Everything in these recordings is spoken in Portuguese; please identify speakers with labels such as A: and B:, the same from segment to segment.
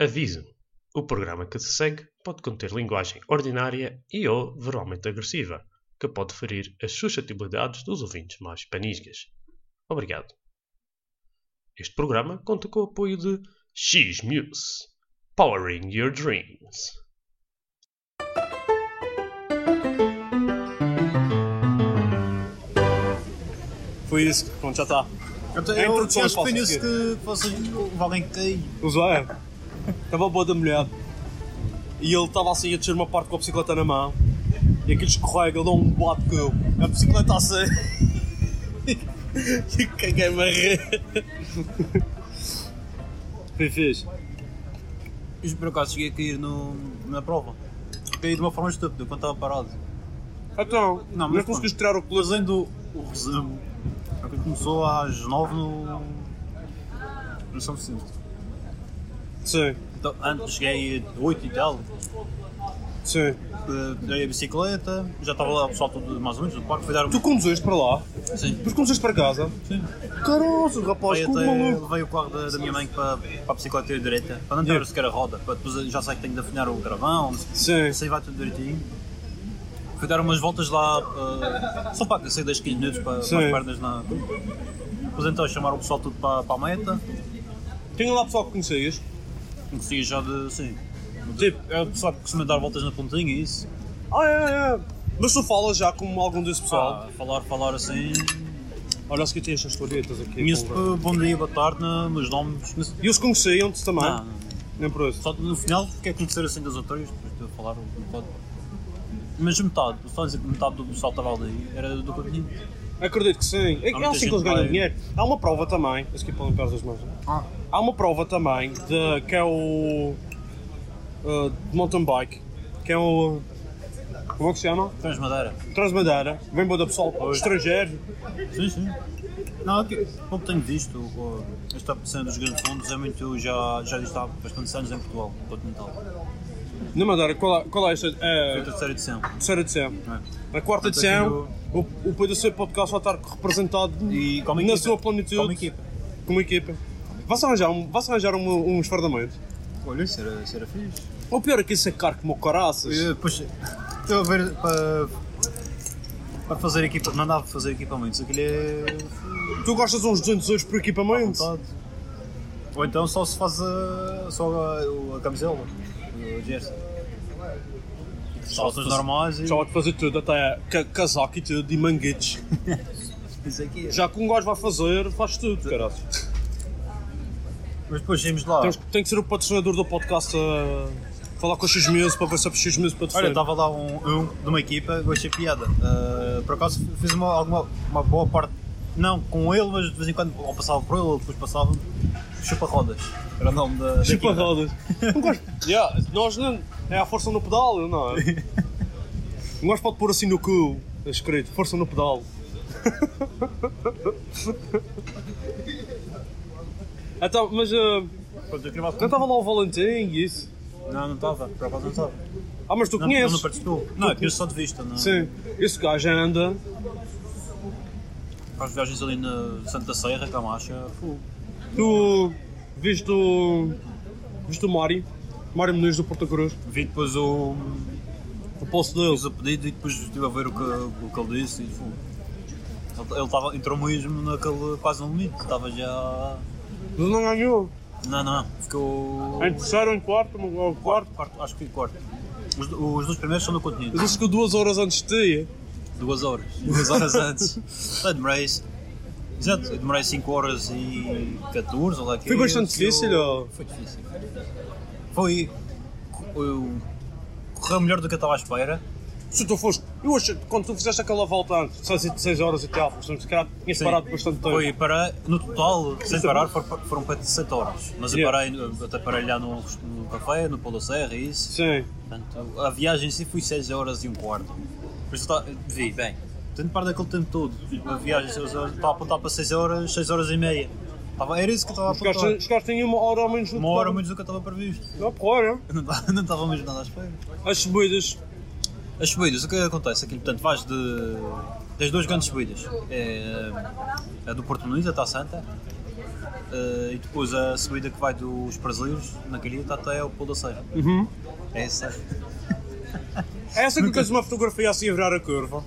A: Aviso: o programa que se segue pode conter linguagem ordinária e/ou verbalmente agressiva, que pode ferir as suscetibilidades dos ouvintes mais panisgas. Obrigado. Este programa conta com o apoio de X-Muse Powering Your Dreams.
B: Foi isso, pronto, já está.
C: Então,
B: É a
C: eu acho
B: introdução
C: que
B: que
C: foi nisso
B: faço
C: que vocês. Houve alguém que caiu.
B: Mas é, estava a boa da mulher e ele estava assim a descer uma parte com a bicicleta na mão e aquilo escorrega, ele dá um bote que eu.
C: A bicicleta a sair. e caguei-me a rir.
B: Foi fixe.
C: Mas por acaso cheguei a cair no, na prova. Caí de uma forma estúpida quando estava parado.
B: Então,
C: Não,
B: não,
C: mas
B: mas conseguiste tirar o colete.
C: Fazendo o resumo, aquilo começou às 9 no. no São Vicente.
B: Sim,
C: Então, antes cheguei a 8 e tal,
B: sim.
C: eh, dei a bicicleta, já estava lá o pessoal todo, mais ou menos do parque, foi dar um.
B: Tu conduziste para lá,
C: Sim.
B: depois conduziste para casa.
C: Sim.
B: Caralho, rapaz,
C: Vai
B: como
C: até-
B: maluco.
C: levei o carro da, da minha mãe para, para a bicicleta direita, para não ter
B: Yeah.
C: sequer a roda, para depois já sei que tenho de afinar o gravão, não sei o quê.
B: Sim.
C: isso aí vai tudo direitinho. Fui dar umas voltas lá, eh, só para sei 10 15 minutos para,
B: Sim.
C: para as pernas na. Depois então chamaram o pessoal tudo para, para a meta,
B: Tinha lá pessoal que conhecias.
C: conhecia já de. sim.
B: Tipo,
C: É o pessoal que costuma dar voltas na pontinha e isso.
B: ah, é, é. Mas tu falas já com algum desse pessoal.
C: Ah, falar, falar assim.
B: Olha, se que tens estas folhetas aqui.
C: Conheço
B: porra.
C: eh, bom dia, boa tarde, na- nos nomes. Não, sei-
B: E eles conheciam-te também?
C: não, não.
B: Nem por isso.
C: Só no final fiquei a conhecer assim das autores, depois de eu falar um bocado. Mas metade, só a dizer que metade do pessoal que estava ali era do continente.
B: Acredito que sim. É, é
C: muita
B: assim
C: gente
B: que eles ganham
C: vai-
B: dinheiro. Há uma prova também. Esse aqui para limpar as mãos.
C: Ah.
B: Há uma prova também de, que é o. uh, de mountain bike. Que é o. Como é que se chama?
C: Trans Madeira.
B: Transmadeira. Vem boa da pessoal estrangeiro.
C: Sim, sim. Não, é que, como tenho visto, o- esta cena dos grandes fundos é muito. já, já está há bastantes anos em Portugal, no continental.
B: Na Madeira, qual é, qual é esta?
C: Foi
B: É,
C: a terceira edição.
B: terceira edição.
C: não é?
B: Na quarta
C: Portanto,
B: edição, o, o PDC Podcast vai estar representado
C: E como
B: na
C: equipa.
B: sua plenitude.
C: Como equipa.
B: Como equipa. Vai-se arranjar, um, vai arranjar um, um esfardamento.
C: Olha, isso era, isso era fixe.
B: O pior é que isso é caro como caraças.
C: Eu, Pois, estou a ver para. para fazer equipa. não dá para fazer equipamentos, aquilo é.
B: Tu gostas de uns 200 euros por equipamento?
C: vontade. Ou então só se faz a, só a, o- a camisola, o jersey. Calças normais e.
B: Já vai fazer tudo, até ca- casaco e tudo, e manguetes.
C: Isso aqui. é.
B: Já que um gajo vai fazer, faz tudo, caralho.
C: Mas depois saímos de lá.
B: Temos- Tem que ser o patrocinador do podcast a falar com o X-Muse para ver se é X-Muse para
C: Olha, estava lá um, um de uma equipa, eu achei piada. Ah, por acaso fiz uma, alguma, uma boa parte, não com ele, mas de vez em quando ou passava por ele, ou depois passava. Chupa-rodas. Era o nome da. da equipa.
B: rodas. Um gajo. Yeah, nós não. É a força no pedal, não é? Um gajo pode pôr assim no cu, escrito, força no pedal. então, mas. ah,
C: Pronto, eu queria mais-
B: não estava lá o Valentim e isso.
C: Não, não estava, por acaso não estava.
B: Ah, mas tu
C: Não, não,
B: conheces?
C: não participou. Não, é eu conheço só de vista, não.
B: Sim, esse gajo é anda.
C: Para as viagens ali na Santa Serra, é Camacha, fogo.
B: Tu viste o. Viste o Mário? Mário Muniz do Porto Cruz.
C: Vi depois o.
B: O posto dele.
C: Fiz o pedido e depois estive a ver o que, o que ele disse e fogo. Ele, ele tava, entrou mesmo naquele quase no limite, estava já.
B: Mas não ganhou.
C: Não, não, ficou.
B: Em terceiro, em quarto, ou quarto.
C: Quarto, acho que foi quarto. Os, do- os dois primeiros são no continente,
B: Mas ele chegou duas horas antes de ti.
C: duas horas. Duas horas antes. Eu demorei. Exato, eu demorei 5 horas e 14, ou lá que
B: Foi
C: é,
B: bastante
C: que eu-
B: difícil, ou?
C: Foi difícil. Foi. eu- correu melhor do que eu estava à espera.
B: Se tu foste. Eu acho que quando tu fizeste aquela volta antes, 6, horas e tal, portanto, se calhar tinhas
C: Sim.
B: parado bastante tempo.
C: Foi para, no total, sem parar, for- foram para 17 horas. Mas eu
B: é Yeah.
C: parei, eu até parei lá no, no café, no Polo Serra e isso.
B: Sim.
C: Portanto, a viagem em si foi 6 horas e um quarto. Por isso tá, vi, bem, tendo par daquele tempo todo, a viagem 6 horas, estava a apontar para 6 horas, 6 horas e meia. Estava, era isso que eu estava a apontar.
B: Chegaste chegaste em uma hora ou menos do
C: Uma hora menos do que eu estava previsto.
B: Não, porra.
C: Eu Não estava- não estava mesmo nada à espera.
B: As subidas.
C: As subidas, o que acontece aqui? Portanto, vais de. é Tens duas grandes subidas. É a do Porto Muniz, até à Santa. eh, e depois a subida que vai dos Brasileiros na Calheta até ao Pulo da Serra.
B: Uhum.
C: É essa.
B: É essa que tens uma fotografia assim a virar a curva.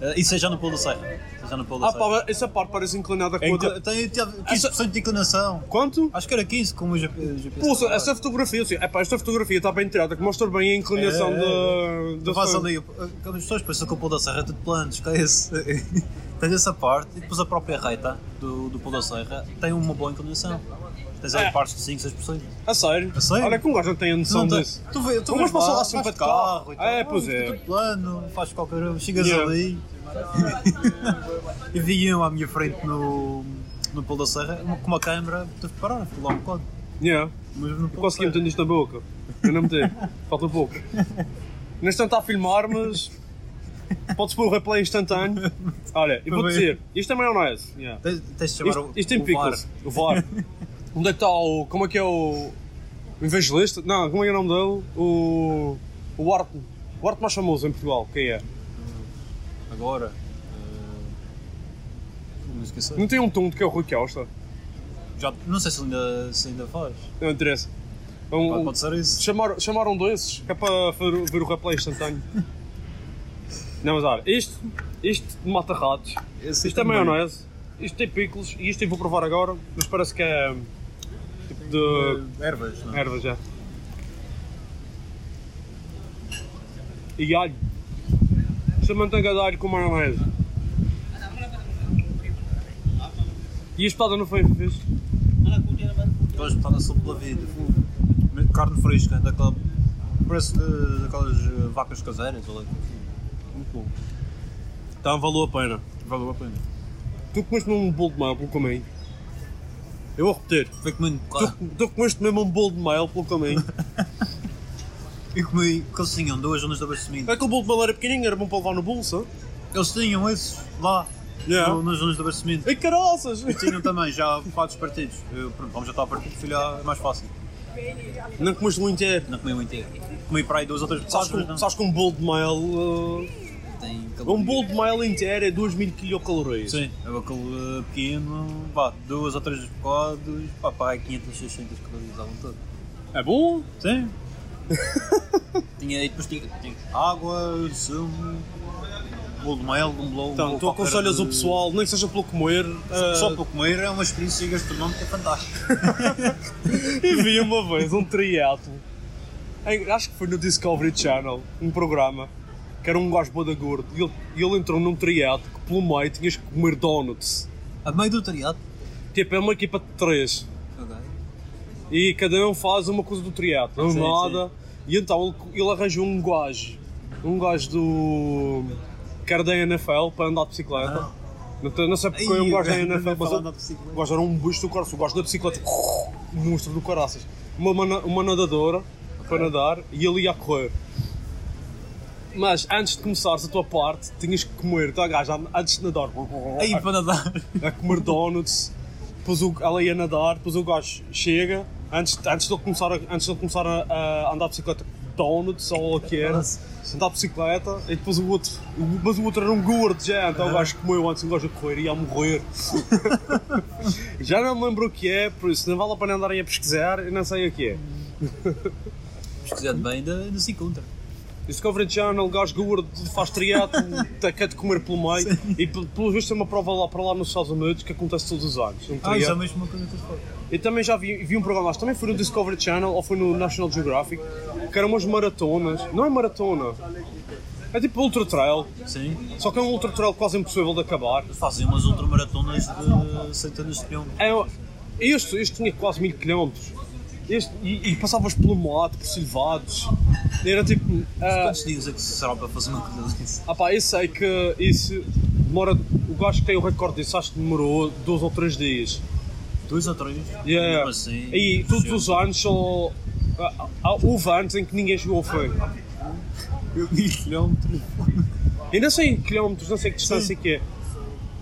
C: Eh, isso é já no Pulo da Serra. Isso é já no Pulo da
B: Ah,
C: Serra.
B: pá, essa parte parece inclinada a
C: É
B: curva.
C: inclina- tem, tem 15% de inclinação.
B: Quanto?
C: Acho que era 15, como o GPS.
B: Pulsa, essa fotografia, assim, epá, esta fotografia está bem tirada, que mostra bem a inclinação
C: É, é,
B: da.
C: Tu
B: da
C: fazes
B: frente.
C: ali, eh, as pessoas pensam que o Pulo da Serra é tudo planos, que é esse. Tens essa parte e depois a própria reta do, do Pulo da Serra tem uma boa inclinação. Tens ali
B: É.
C: partes de 5, 6%.
B: A sério?
C: A sério?
B: Olha, que um gajo não tem a noção
C: Não tem-
B: disso.
C: Tu vês, tu
B: Vamos
C: vês
B: passar
C: lá,
B: lá sempre
C: faz
B: de carro.
C: e tal.
B: É, pois
C: Ah,
B: é.
C: Tudo plano, faz qualquer um, chegas
B: Yeah.
C: ali. e vi um à minha frente no, no Pulo da Serra uma- com uma câmera, tive que parar, fui lá um bocado.
B: Yeah.
C: Mas não
B: Eu consegui meter isto na boca. Eu não meti. Falta pouco. Neste instante está a filmar, mas. Podes pôr o replay instantâneo. Olha, e vou
C: bem.
B: dizer, isto é maionese. Yeah.
C: Tens, tens de chamar
B: Isto,
C: o,
B: isto é tem
C: o VAR.
B: pickles. O VAR. Onde é que está o. Como é que é o. O evangelista? Não, como é que é o nome dele? O. O arte. O arte mais famoso em Portugal, quem é?
C: Agora. eh, Não esqueci.
B: Não tem um tom de que é o Rui Costa?
C: Já, não sei se ainda, se ainda faz.
B: Não interessa. É um-
C: Pode,
B: um-
C: pode ser isso.
B: chamar, chamaram desses, que é para ver, ver o replay instantâneo. Não, mas olha, isto, isto mata ratos.
C: Esse tipo
B: Isto é maionese, isto tem picles e isto eu vou provar agora, mas parece que é hum, tipo de
C: Eh, Ervas, não é?
B: erva já. E alho. Isto é manteiga de alho com maionese. E a espada não foi fixe?
C: Depois está na sopa pela vida. Carne fresca, daquela. Parece eh, daquelas eh, vacas caseiras. Ou lá. Muito bom.
B: Então valeu a pena.
C: Valeu a pena.
B: Tu comeste mesmo um bolo de mel pelo caminho. Eu vou repetir.
C: Foi comendo.
B: Tu,
C: Claro.
B: tu comeste mesmo um bolo de mel pelo caminho.
C: E comi. que Eles tinham duas zonas de abastecimento.
B: É que o bolo de mel era pequenininho, era bom para levar no bolso.
C: Eles tinham esses lá.
B: Yeah.
C: no- nas zonas de abastecimento.
B: E caroças!
C: E tinham também já fatos partidos. Eu, pronto, vamos já estar a partir, filhar é mais fácil.
B: Não comeste um inteiro.
C: Não comi um inteiro. Comi para aí duas ou três
B: Sabes
C: pessoas.
B: que, sabes que um bolo de mel. uh,
C: Tem
B: um bolo de mel inteiro é 2000 quilocalorias.
C: Sim, é aquele eh, pequeno, pá, duas ou três bocados, pá, pá, 500, 600 calorias à vontade.
B: É
C: Um
B: bom?
C: Sim. tinha, e depois tinha, tinha água, sumo, bolo de mel, um bolo...
B: Então,
C: bolo
B: tu
C: qualquer
B: aconselhas
C: de-
B: o pessoal, nem que seja pelo comer, uh,
C: Só para comer é uma experiência gastronómica fantástica.
B: E vi uma vez um triatlo. em- Acho que foi no Discovery Channel, um programa, que era um gajo bué da gordo. E ele, e ele entrou num triatlo que pelo meio tinhas que comer donuts.
C: A meio do triato.
B: Tipo, é uma equipa de três.
C: Ok.
B: E cada um faz uma coisa do triatlo. Não é
C: Sim,
B: nada. E então ele, ele arranjou um gajo. Um gajo do. que era da NFL para andar de bicicleta.
C: Ah.
B: Não, te- não sei porque eu
C: Ih,
B: gosto da
C: não
B: NFL,
C: ia
B: mas
C: falar
B: eu-
C: da bicicleta.
B: o gajo era um bicho do coração. O gajo da bicicleta, um monstro do caraças. Uma, mana- uma nadadora para nadar e ele ia a correr. Mas antes de começares a tua parte, tinhas que comer, tá gajo, antes de nadar,
C: Aí, para nadar.
B: a comer donuts, depois o, ela ia nadar, depois o gajo chega, antes, antes de ele começar, a, antes de ele começar a, a andar de bicicleta, donuts ou o que era,
C: Nossa.
B: andar de bicicleta, e depois o outro, o- mas o outro era um gordo já, então o gajo comeu antes, o gajo a correr, ia a morrer. já não me lembro o que é, por isso não vale a pena andarem a pesquisar, eu não sei o que é.
C: Pesquisando bem, ainda, ainda se encontra.
B: Discovery Channel, um gajo gordo, faz triatlo, tá- quer de comer pelo meio, e pe- pelo visto é uma prova lá para lá nos Estados Unidos que acontece todos os anos. Um
C: Ah,
B: triatlo.
C: isso é a mesma coisa que eu te falo.
B: Eu também já vi, vi um programa, acho que também foi no Discovery Channel ou foi no National Geographic, que eram umas maratonas. Não é maratona, é tipo ultra trail,
C: Sim.
B: só que é um ultra trail quase impossível de acabar.
C: Fazem umas ultramaratonas de eh, centenas de quilómetros.
B: É, este, este tinha quase mil quilómetros. Este, e, e passavas pelo mato, por silvados. Era tipo. ah,
C: Quantos dias é que será para fazer uma coisa dessa?
B: Ah pá, eu sei que isso demora. O gajo que tem o recorde disso acho que demorou dois ou três dias.
C: Dois ou três?
B: Yeah.
C: Mesmo assim,
B: e todos
C: sim.
B: os anos só. ah, ah, Houve anos em que ninguém chegou ao fim.
C: Eu vi quilómetros.
B: Eu não sei em assim, quilómetros, não sei que distância que é.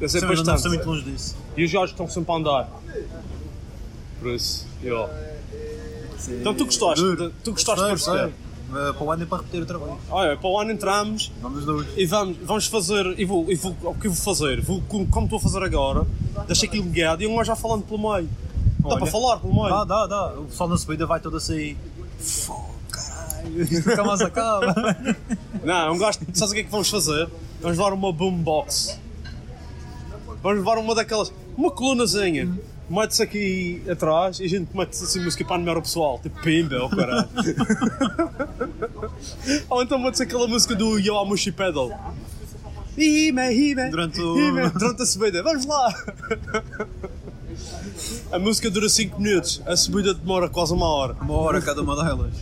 B: Eu sei
C: Sim, mas andamos
B: bastante.
C: muito longe disso.
B: E os gajos estão sempre a andar. Por isso, yeah. Então tu gostaste?
C: Duro.
B: Tu gostaste de
C: Gostei,
B: perceber?
C: gostei. Eh, Para o ano é para repetir o trabalho.
B: Olha, para o ano entramos
C: Vamos dois.
B: e vamos, vamos fazer. E vou, e vou, o que eu vou fazer? Vou, como, como estou a fazer agora, deixo aquilo ligado e um gajo já falando pelo meio. Dá para falar, pelo meio.
C: Dá, dá, dá. O pessoal na subida vai todo assim. Fogo, caralho. Isto nunca mais acaba.
B: Não, um gajo. Sabes o que é que vamos fazer? Vamos levar uma boombox. Vamos levar uma daquelas. Uma colunazinha. Mete-se aqui atrás e a gente mete assim música para animar o pessoal. Tipo Pimba, ou caralho. ou então mete-se aquela música do Yoamushi Pedal. Hime, hime.
C: Durante o-
B: hime, durante a subida. Vamos lá! A música dura 5 minutos, a subida demora quase uma hora.
C: Uma hora cada uma delas.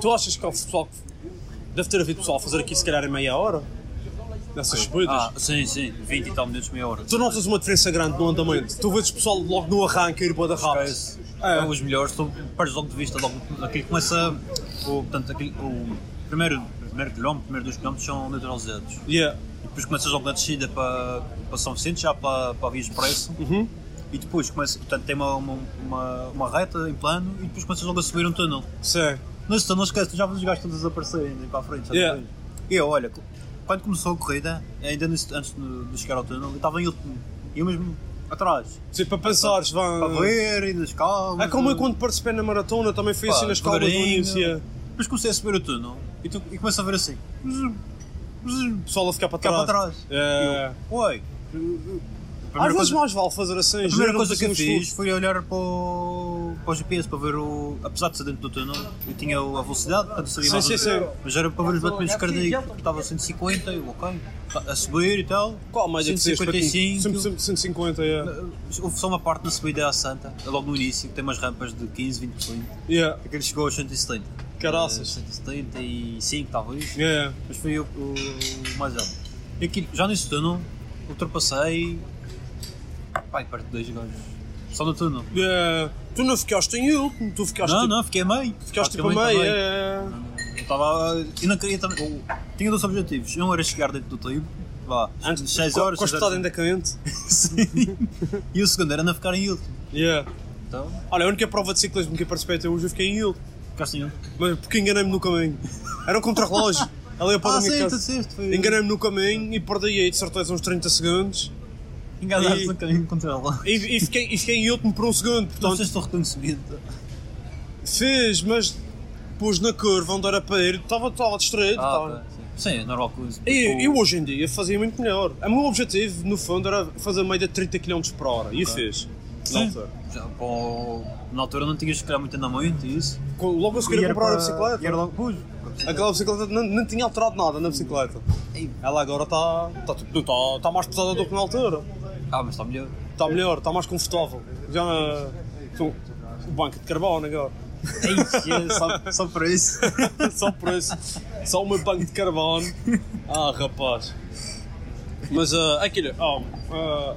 B: Tu achas que o pessoal. Deve ter havido pessoal a fazer aqui se calhar em meia hora? Nessas subidas?
C: Ah, sim, sim. 20 e tal minutos, meia hora.
B: Tu notas uma diferença grande no andamento. Tu vês o pessoal logo no arranque ir boa da rápido.
C: Esquece. um
B: É.
C: Os melhores, tu perdes logo de vista. Logo, aquilo começa. O, portanto, aquilo, o primeiro, primeiro quilómetro, primeiro dois quilómetros são neutralizados.
B: Yeah.
C: E depois começas logo na descida para, para São Vicente, já para, para a Via Expresso.
B: Uhum.
C: E depois começa, portanto, tem uma, uma, uma, uma reta em plano e depois começas logo a subir um túnel.
B: Sim.
C: Nesse túnel, esquece, tu já vês os gajos todos aparecerem daí para a frente. já
B: Yeah.
C: depois. Eu, olha, quando começou a corrida, ainda nesse- antes de de chegar ao túnel, eu estava em último. Eu mesmo atrás.
B: Tipo, para pensares,
C: Para
B: vão.
C: ver e nas calmas.
B: Uhum.
C: uh,
B: É como eu
C: tudo.
B: quando participei na maratona, também fui assim
C: Pá,
B: nas calmas do
C: devagarinho.
B: início. yeah.
C: Depois comecei a subir o túnel e, tu, e começo a ver assim. Bzz, bzz,
B: O pessoal a ficar para
C: Cá
B: trás.
C: para trás.
B: É.
C: Oi.
B: Às
C: Primeira
B: vezes
C: coisa,
B: mais vale fazer assim.
C: a primeira coisa que eu fiz foi olhar para o, para o GPS para ver o. Apesar de ser dentro do túnel, eu tinha o- a velocidade, portanto eu sabia
B: Sim,
C: mais
B: sim,
C: o-
B: sim.
C: Mas era para ver os batimentos cardíacos, estava a 150, eu ok. tá, A subir e tal.
B: Qual mais
C: 155.
B: 150, yeah.
C: Houve só uma parte na subida à Santa, é logo no início, que tem umas rampas de 15, 20 pontos.
B: Yeah.
C: Aquele É chegou aos 170.
B: Caraças.
C: Eh, 175, talvez.
B: Yeah.
C: Mas foi o, o mais alto. E aqui, já nesse túnel, ultrapassei. Pai, perto de dois gajos. Só no túnel.
B: Yeah. Tu não ficaste em último, tu ficaste
C: não,
B: tipo,
C: não, fiquei a meio. é.
B: ficaste tipo a
C: Praticamente
B: meio. é, yeah.
C: Eu estava. Eu não queria também. eu Tinha dois objetivos. Um era chegar dentro do tempo. Vá, antes de 6
B: Com- é,
C: horas.
B: Com a
C: seis
B: espetada
C: horas
B: ainda quente.
C: Sim. E o segundo era não ficar em último.
B: Yeah.
C: Então,
B: Olha, a única prova de ciclismo que eu participei até hoje eu fiquei em último.
C: ficaste em último.
B: Mas porque enganei-me no caminho. Era um contrarrelógio. Ali eu
C: Ah,
B: para
C: sim,
B: minha
C: tu
B: casa.
C: disseste. Foi...
B: Enganei-me no caminho e perdi aí de certeza uns 30 segundos.
C: Enganaste
B: E-
C: no caminho contra ela.
B: E, e fiquei, e fiquei em último por um segundo.
C: Não
B: Portanto,
C: sei se estou reconhecido.
B: fiz, mas pus na curva onde era para ir. Estava, estava distraído. estava-
C: Ah, tá, sim. Sim, é normal com isso.
B: E eu hoje em dia fazia muito melhor. O meu objetivo, no fundo, era fazer média de 30 km por hora. E eu fiz. Na altura.
C: Já, pô, na altura não tinhas que criar muito andamento e isso.
B: Com- Logo a seguir eu comprar a bicicleta.
C: E era logo, pois.
B: Aquela bicicleta não, não tinha alterado nada na bicicleta. Ela agora está tá, tipo, tá, tá mais pesada do que na altura.
C: Ah, mas está melhor.
B: Está melhor, está mais confortável. Já na. com o banco de carbono agora.
C: Ei, É só, só para isso.
B: Só por isso. Só o meu banco de carbono. Ah, rapaz. Mas ah, aquilo. ah, ah,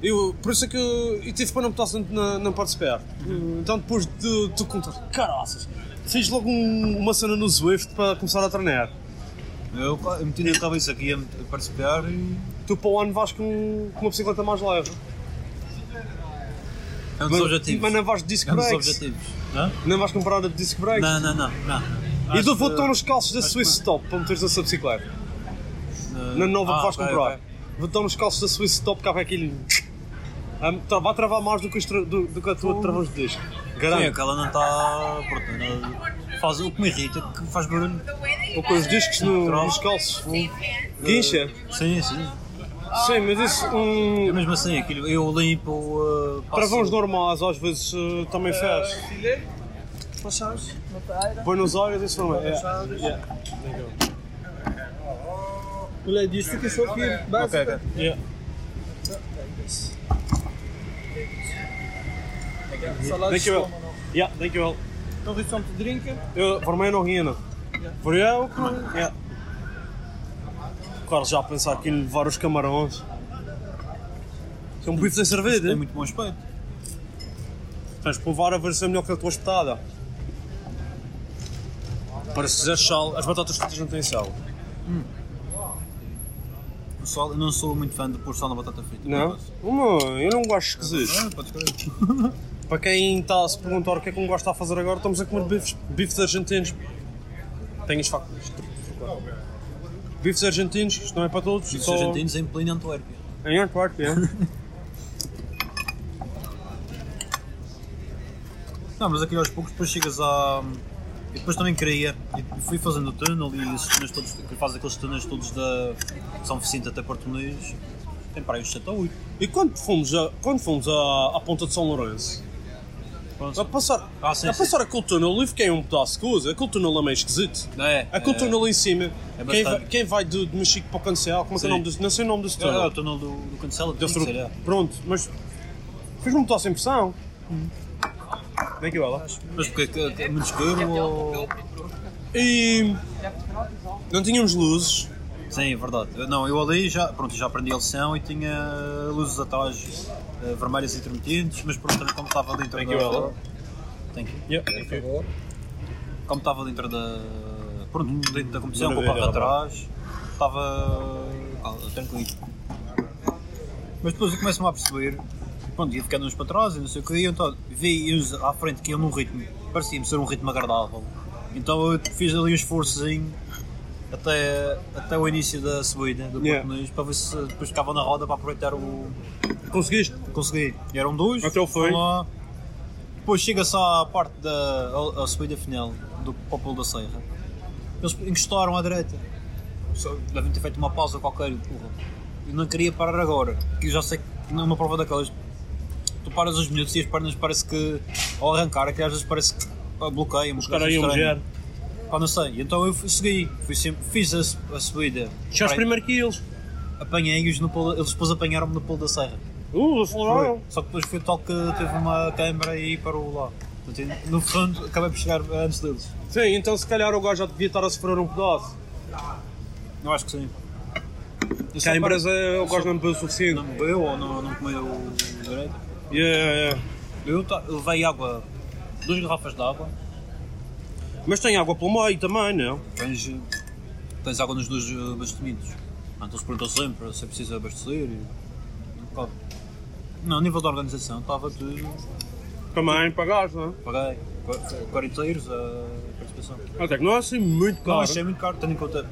B: eu, por isso é que eu, eu tive para não botar tanto na, na parte de pé. Então depois de tu contar, caraças, fiz logo um- uma cena no Zwift para começar a treinar.
C: Eu, eu meti na cabeça aqui a a participar e.
B: Tu para o ano vais com, com uma bicicleta mais leve.
C: É um dos
B: Mas,
C: objetivos.
B: mas não vais de disc
C: é um dos
B: brakes.
C: objetivos. Hã?
B: Não vais comprar a de disc brakes.
C: Não, não, não. não.
B: E
C: Acho
B: tu vou
C: que-
B: estar nos calços da
C: acho
B: Swiss Top para meteres essa bicicleta.
C: eh,
B: Na nova
C: ah,
B: que vais
C: ok,
B: comprar.
C: ok.
B: Vou estar nos calços da Swiss Top, cá vai aquilo. Ah, tra- Vai travar mais do que, os tra- do, do que a tua travões de disco.
C: Sim,
B: Garanto.
C: aquela não está. Pronto, não- faz o que me irrita, é que faz barulho.
B: Ou com os discos no-
C: Trava.
B: nos calços.
C: Eh,
B: Guincha?
C: Sim, sim.
B: Sim, mas isso.
C: Eu
B: Hum,
C: mesmo assim, aquilo, eu limpo. eh, passo-
B: travões normais às vezes eh, também faz. Buenos Aires, isso não é. Yeah. Yeah.
D: Olha disso que sou aqui.
C: Ok, ok.
B: Yeah. Thank you, Al. Yeah, thank you, Al.
D: Nog iets om te drinken?
B: Eu, voor mij nog één. Voor jou ook nog? Ja. er O Carlos já a pensar aqui em levar os camarões. São bifes em
C: Tem
B: cerveja.
C: muito bom aspecto.
B: Tens de provar a ver se é melhor que a tua espetada. Para se fizer sal, as batatas fritas não têm sal.
C: O sol, eu não sou muito fã de pôr sal na batata frita.
B: Não?
C: confesso.
B: Não, eu não gosto de esquisito.
C: Ah, pode crer.
B: Para quem está a se perguntar o que é que um gosta a fazer agora, estamos a comer bifes, bifes argentinos. Tenho as facas. Bifes argentinos, isto não é para todos.
C: Os
B: só- é.
C: argentinos em plena Antuérpia.
B: Em Antwerp, é.
C: Não, mas aquilo aos poucos, depois chegas a. E depois também queria. E fui fazendo o túnel e esses túneis todos. Que faz aqueles túneis todos da. São Vicente até Porto Nunes. Tem para aí uns 7 ou 8.
B: E quando fomos, a, quando fomos à, à Ponta de São Lourenço, a passar,
C: Ah, sim,
B: a
C: sim.
B: passar aquele túnel, ali fiquei um pedaço de coisa. Aquele túnel é meio esquisito.
C: É,
B: Aquele
C: é.
B: túnel em cima,
C: É
B: quem,
C: bastante.
B: vai, quem vai do- de Mexico para o Cancel, como é que é o
C: Sim.
B: nome desse? Não sei o nome desse
C: É, é,
B: túnel.
C: o túnel do, do Cancelo.
B: Desse
C: tem que
B: ru-
C: ser, é.
B: Pronto, mas fez-me um pedaço de impressão. Daqui ela.
C: Mas porque que- que- é muito escuro ou.
B: E. Não tínhamos luzes.
C: Sim, é verdade. Eu- Não, eu ali já, pronto, já aprendi a lição e tinha luzes atrás eh, vermelhas intermitentes, mas pronto, também como estava dentro
B: Thank
C: da.
B: you, Alan.
C: Thank you.
B: Por favor.
C: como estava dentro da. Pronto, dentro da competição, com o carro
B: Hum, Maravilha,
C: atrás, estava ah, tranquilo. Mas depois eu começo-me a perceber, pronto, ia ficando uns para trás e não sei o que, e então vi uns à frente que iam num ritmo, parecia-me ser um ritmo agradável. Então eu fiz ali um esforçozinho até, até o início da subida do Porto
B: Yeah.
C: Nunes, para ver se depois ficava na roda para aproveitar o,
B: Conseguiste?
C: Consegui. E eram dois.
B: Até o fim.
C: Vão lá. Depois chega-se à parte da à- à subida final do Popolo da Serra. Eles encostaram à direita. Só devem ter feito uma pausa qualquer. e, Porra. Eu não queria parar agora. Que já sei que numa prova daquelas tu paras os minutos e as pernas parece que ao arrancar, é que às vezes parece que pá, bloqueiam.
B: Os caras iam mejar.
C: Pá, não sei. E Então eu fui- segui. Fui sempre, fiz a, su- a subida.
B: Chegaste
C: Parei-
B: primeiro que eles.
C: Apanhei-os no Polo- Eles depois apanharam-me no Polo da Serra.
B: Uh, aceleraram.
C: Só que depois foi tal que teve uma câmera e parou lá. Portanto, No fundo, acabei por chegar antes deles.
B: Sim, então se calhar o gajo já devia estar a sofrer um pedaço.
C: Eu acho que sim. Eu
B: Que
C: só
B: a
C: paro-
B: empresa o gajo não me deu o suficiente.
C: Não bebeu ou não, não comeu direito?
B: Yeah, yeah, yeah.
C: Eu ta- eu levei água, duas garrafas de água.
B: Mas tem água pelo meio também, não? é?
C: Tens, eh, tens água nos dois eh, abastecimentos. Portanto, eles perguntam sempre se é preciso abastecer. E... Claro. Não, a nível da organização estava tudo.
B: Também pagaste, não?
C: Paguei qu- 40 euros a participação.
B: é? Até que não é assim muito
C: Não,
B: caro.
C: achei muito caro, tendo em conta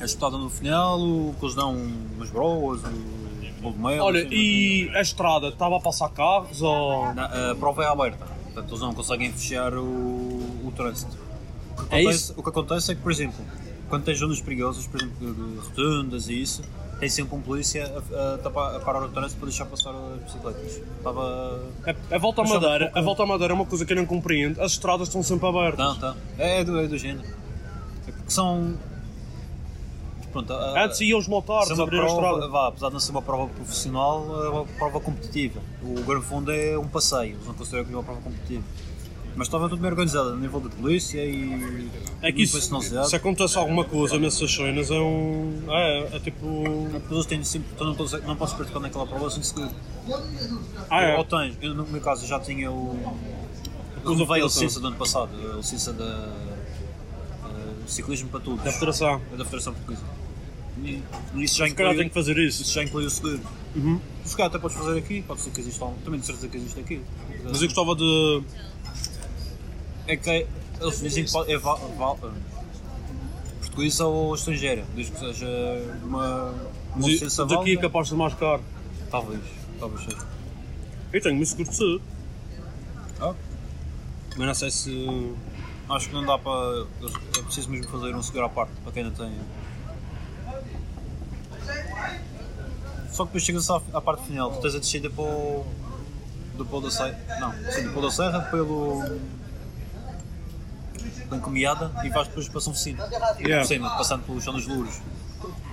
C: a espetada no final, o que eles dão umas broas, o bolo de mel.
B: Olha,
C: assim,
B: e a estrada estava a passar carros ou.
C: na- a prova é aberta, portanto eles não conseguem fechar o, o trânsito. O que,
B: É
C: acontece,
B: isso?
C: o que acontece é que, por exemplo, quando tens zonas perigosas, por exemplo, de rotundas e isso, tem sempre um polícia a, a tapar- a parar o trânsito para deixar passar as bicicletas. Estava.
B: A, a É, volta à
C: Mas sabe
B: Madeira,
C: pouco-
B: a volta à Madeira é uma coisa que eu não compreendo. As estradas estão sempre abertas.
C: Não, tá. É, é do, é do género. É porque são. Pronto, a-
B: Antes iam os motards
C: Se é uma
B: abrir a
C: prova,
B: estrada.
C: vá, apesar de não ser uma prova profissional, é uma prova competitiva. O Grande Fundo é um passeio, eles não consideram aquilo uma prova competitiva. Mas estava tudo bem organizado, a nível de polícia e.
B: É que isso,
C: não se dá.
B: se acontece alguma coisa nessas cenas, é um. É, é tipo.
C: As pessoas têm sempre. Tu não, podes, não podes participar naquela prova sem seguir.
B: Ah, é.
C: Ou tens, eu no meu caso já tinha o. Eu
B: Os
C: levei a
B: afetações.
C: licença do ano passado, a licença da. eh, ciclismo para todos.
B: Da federação.
C: É da Federação Portuguesa. E isso já
B: Se calhar
C: inclui-
B: tenho que fazer isso.
C: Isso já inclui o seguro.
B: Uhum.
C: Se calhar até podes fazer aqui, pode ser que exista um. Também de certeza que existe aqui.
B: Mas eu gostava de.
C: É que eles dizem que pode- é val, val, portuguesa ou estrangeira, desde que seja uma. uma
B: Mas
C: licença
B: eu- daqui é
C: válida.
B: capaz de ser mais caro.
C: Talvez, talvez seja.
B: Eu tenho muito seguro de saúde.
C: Ah.
B: Mas não sei se.
C: Acho que não dá para. É preciso mesmo fazer um seguro à parte, para quem ainda tem. Só que depois chegas à, à parte final, tu tens a descida para o. do Pão da Serra. Não, sim, do Pão da Serra pelo. pela encomiada e vais depois para São Vicente.
B: Yeah.
C: Por cima, passando pelo chão dos louros.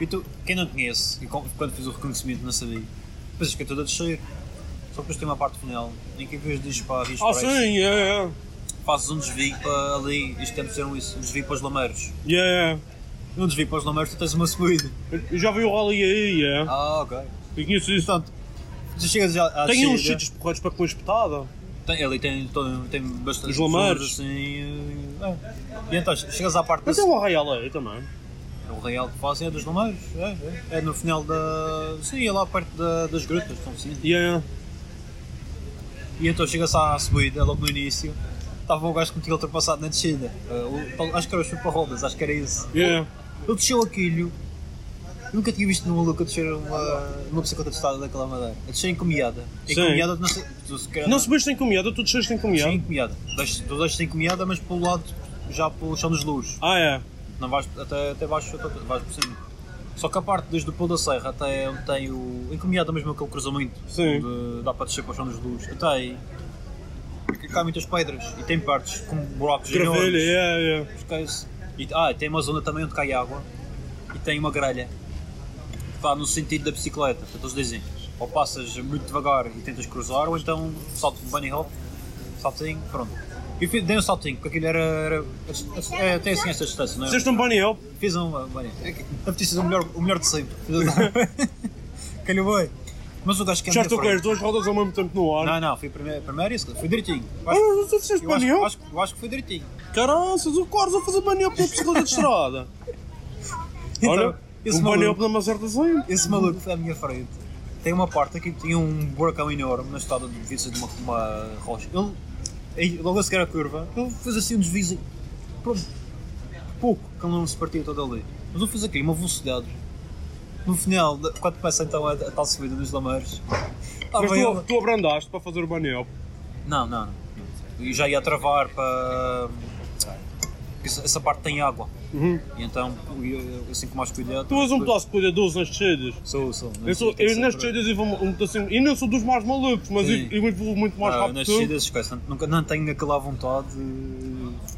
C: E tu, quem não conhece, e com- quando fiz o reconhecimento não sabia, pensas que é tudo a descer. Só que depois tem uma parte final em que em vez de ir para a Rios
B: Ah,
C: Preto,
B: sim, yeah,
C: fazes um desvio para ali, isto tempos eram isso, um desvio para os lameiros.
B: yeah. yeah.
C: Um desvio para os lameiros, tu tens uma subida.
B: Eu já vi o rally aí, yeah.
C: Ah, ok.
B: Eu conheço isso.
C: Portanto, tá tu chegas já à
B: Tem uns
C: descida,
B: sítios porreiros para comer espetada.
C: é? tem, ali tem, tem, tem bastante
B: Os lameiros.
C: pessoas, assim, eh, é. E então, chegas à parte da
B: Mas tem um arraial aí também.
C: o real que fazem é dos lameiros, é, é. É no final da... sim, é lá perto da- das grutas, estão sim.
B: Yeah.
C: E então chega-se à subida, logo no início, estava o gajo que me tinha ultrapassado na descida. Eh, o- acho que era os chupa-rodas, acho que era isso.
B: Yeah.
C: Ele desceu aquilo Eu nunca tinha visto numa maluco a descer uma, uma bicicleta tostada daquela madeira. A descer encomiada.
B: Sim.
C: Encomiada, não sei. Tu se calhar-
B: Não se é? beijo tem comiada, tu desceste tem comiada.
C: Sim, encomiada. Deixas- Tu deixas encomiada, mas pelo lado, já pelo chão dos louros.
B: Ah, é.
C: Não vais até, até baixo, até, vais por cima. Só que a parte desde o Pulo da Serra até onde tem o. Encomiada mesmo aquele cruzamento.
B: Sim.
C: Onde dá para descer para o chão dos louros. Até aí. Porque cá há muitas pedras e tem partes com buracos
B: Gravelha,
C: enormes.
B: é, é.
C: Esquece. E, ah, tem uma zona também onde cai água e tem uma grelha que dá no sentido da bicicleta, portanto eles dizem, ou passas muito devagar e tentas cruzar, ou então salto de bunny hop, saltinho, pronto. E fi- dei um saltinho, porque aquilo era. era- é, tem assim esta distância, não é?
B: Fizeste um bunny help.
C: Fiz um uh, bunny. É que- Deve ter sido o melhor, o melhor de sempre. Calhou bem. Mas o gajo que anda
B: um Já
C: na
B: estou com
C: frente-
B: as duas rodas ao mesmo tempo no ar.
C: é Não, não, fui primeiro, primeiro e segundo, fui direitinho. Eu
B: Ah,
C: acho-
B: não, tu fizeste
C: eu acho-
B: bunny
C: eu
B: help?
C: acho, eu acho que fui direitinho.
B: Caraças, o Corsa a fazer bunny help na bicicleta de estrada. Olha,
C: esse
B: um bunny
C: maluco-
B: help não me acerta sempre.
C: Esse maluco foi à minha frente. Tem uma parte aqui que tinha um buracão enorme na estrada de devia de uma, uma rocha. Ele, aí, logo a seguir à curva, ele fez assim um desvio. Pronto, pouco, que ele não se partia todo ali. Mas ele fez aqui uma velocidade. No final, de- quando começa então a, a tal subida dos lameiros. estava
B: Mas tu,
C: ele-
B: tu abrandaste para fazer o bunny help.
C: Não, não, não. E já ia travar para. porque Essa essa parte tem água.
B: Uhum.
C: E então, eu- eu- assim com mais cuidado.
B: Tu és um pedaço que cuida dos nas descidas.
C: Sou, sou.
B: Eu, sou, eu nas descidas eu vou um assim, e não sou dos mais malucos, mas
C: Sim.
B: eu, eu vou muito mais
C: Ah,
B: rápido.
C: nas
B: que tu.
C: descidas, esquece, não, nunca, não tenho aquela vontade.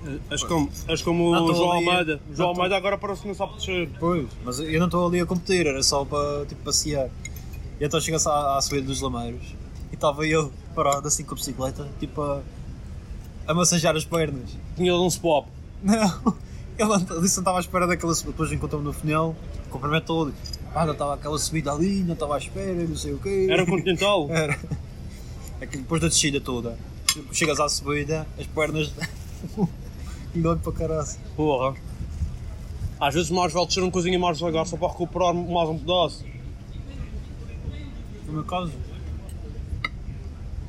C: eh,
B: És como, és como
C: Não
B: o
C: estou
B: João
C: ali.
B: Almeida. O João
C: Não estou.
B: Almeida agora parece que não sabe descer.
C: Pois, mas eu não estou ali a competir, era só para tipo, passear. E então chega-se à, à subida dos Lameiros e estava eu parado assim com a bicicleta, tipo a, a massagear as pernas.
B: Tinha um spop.
C: Não, ele não- disse que não estava à espera daquela subida. Depois encontrou-me no final, cumprimentou-lhe. Ah, não estava aquela subida ali, não estava à espera, não sei o quê.
B: Era o Continental.
C: Era. Aquilo, É depois da descida toda, chegas à subida, as pernas. dói para caralho.
B: Porra. Às vezes mais vale descer um coisinha mais devagar só para recuperar mais um pedaço.
C: No meu caso,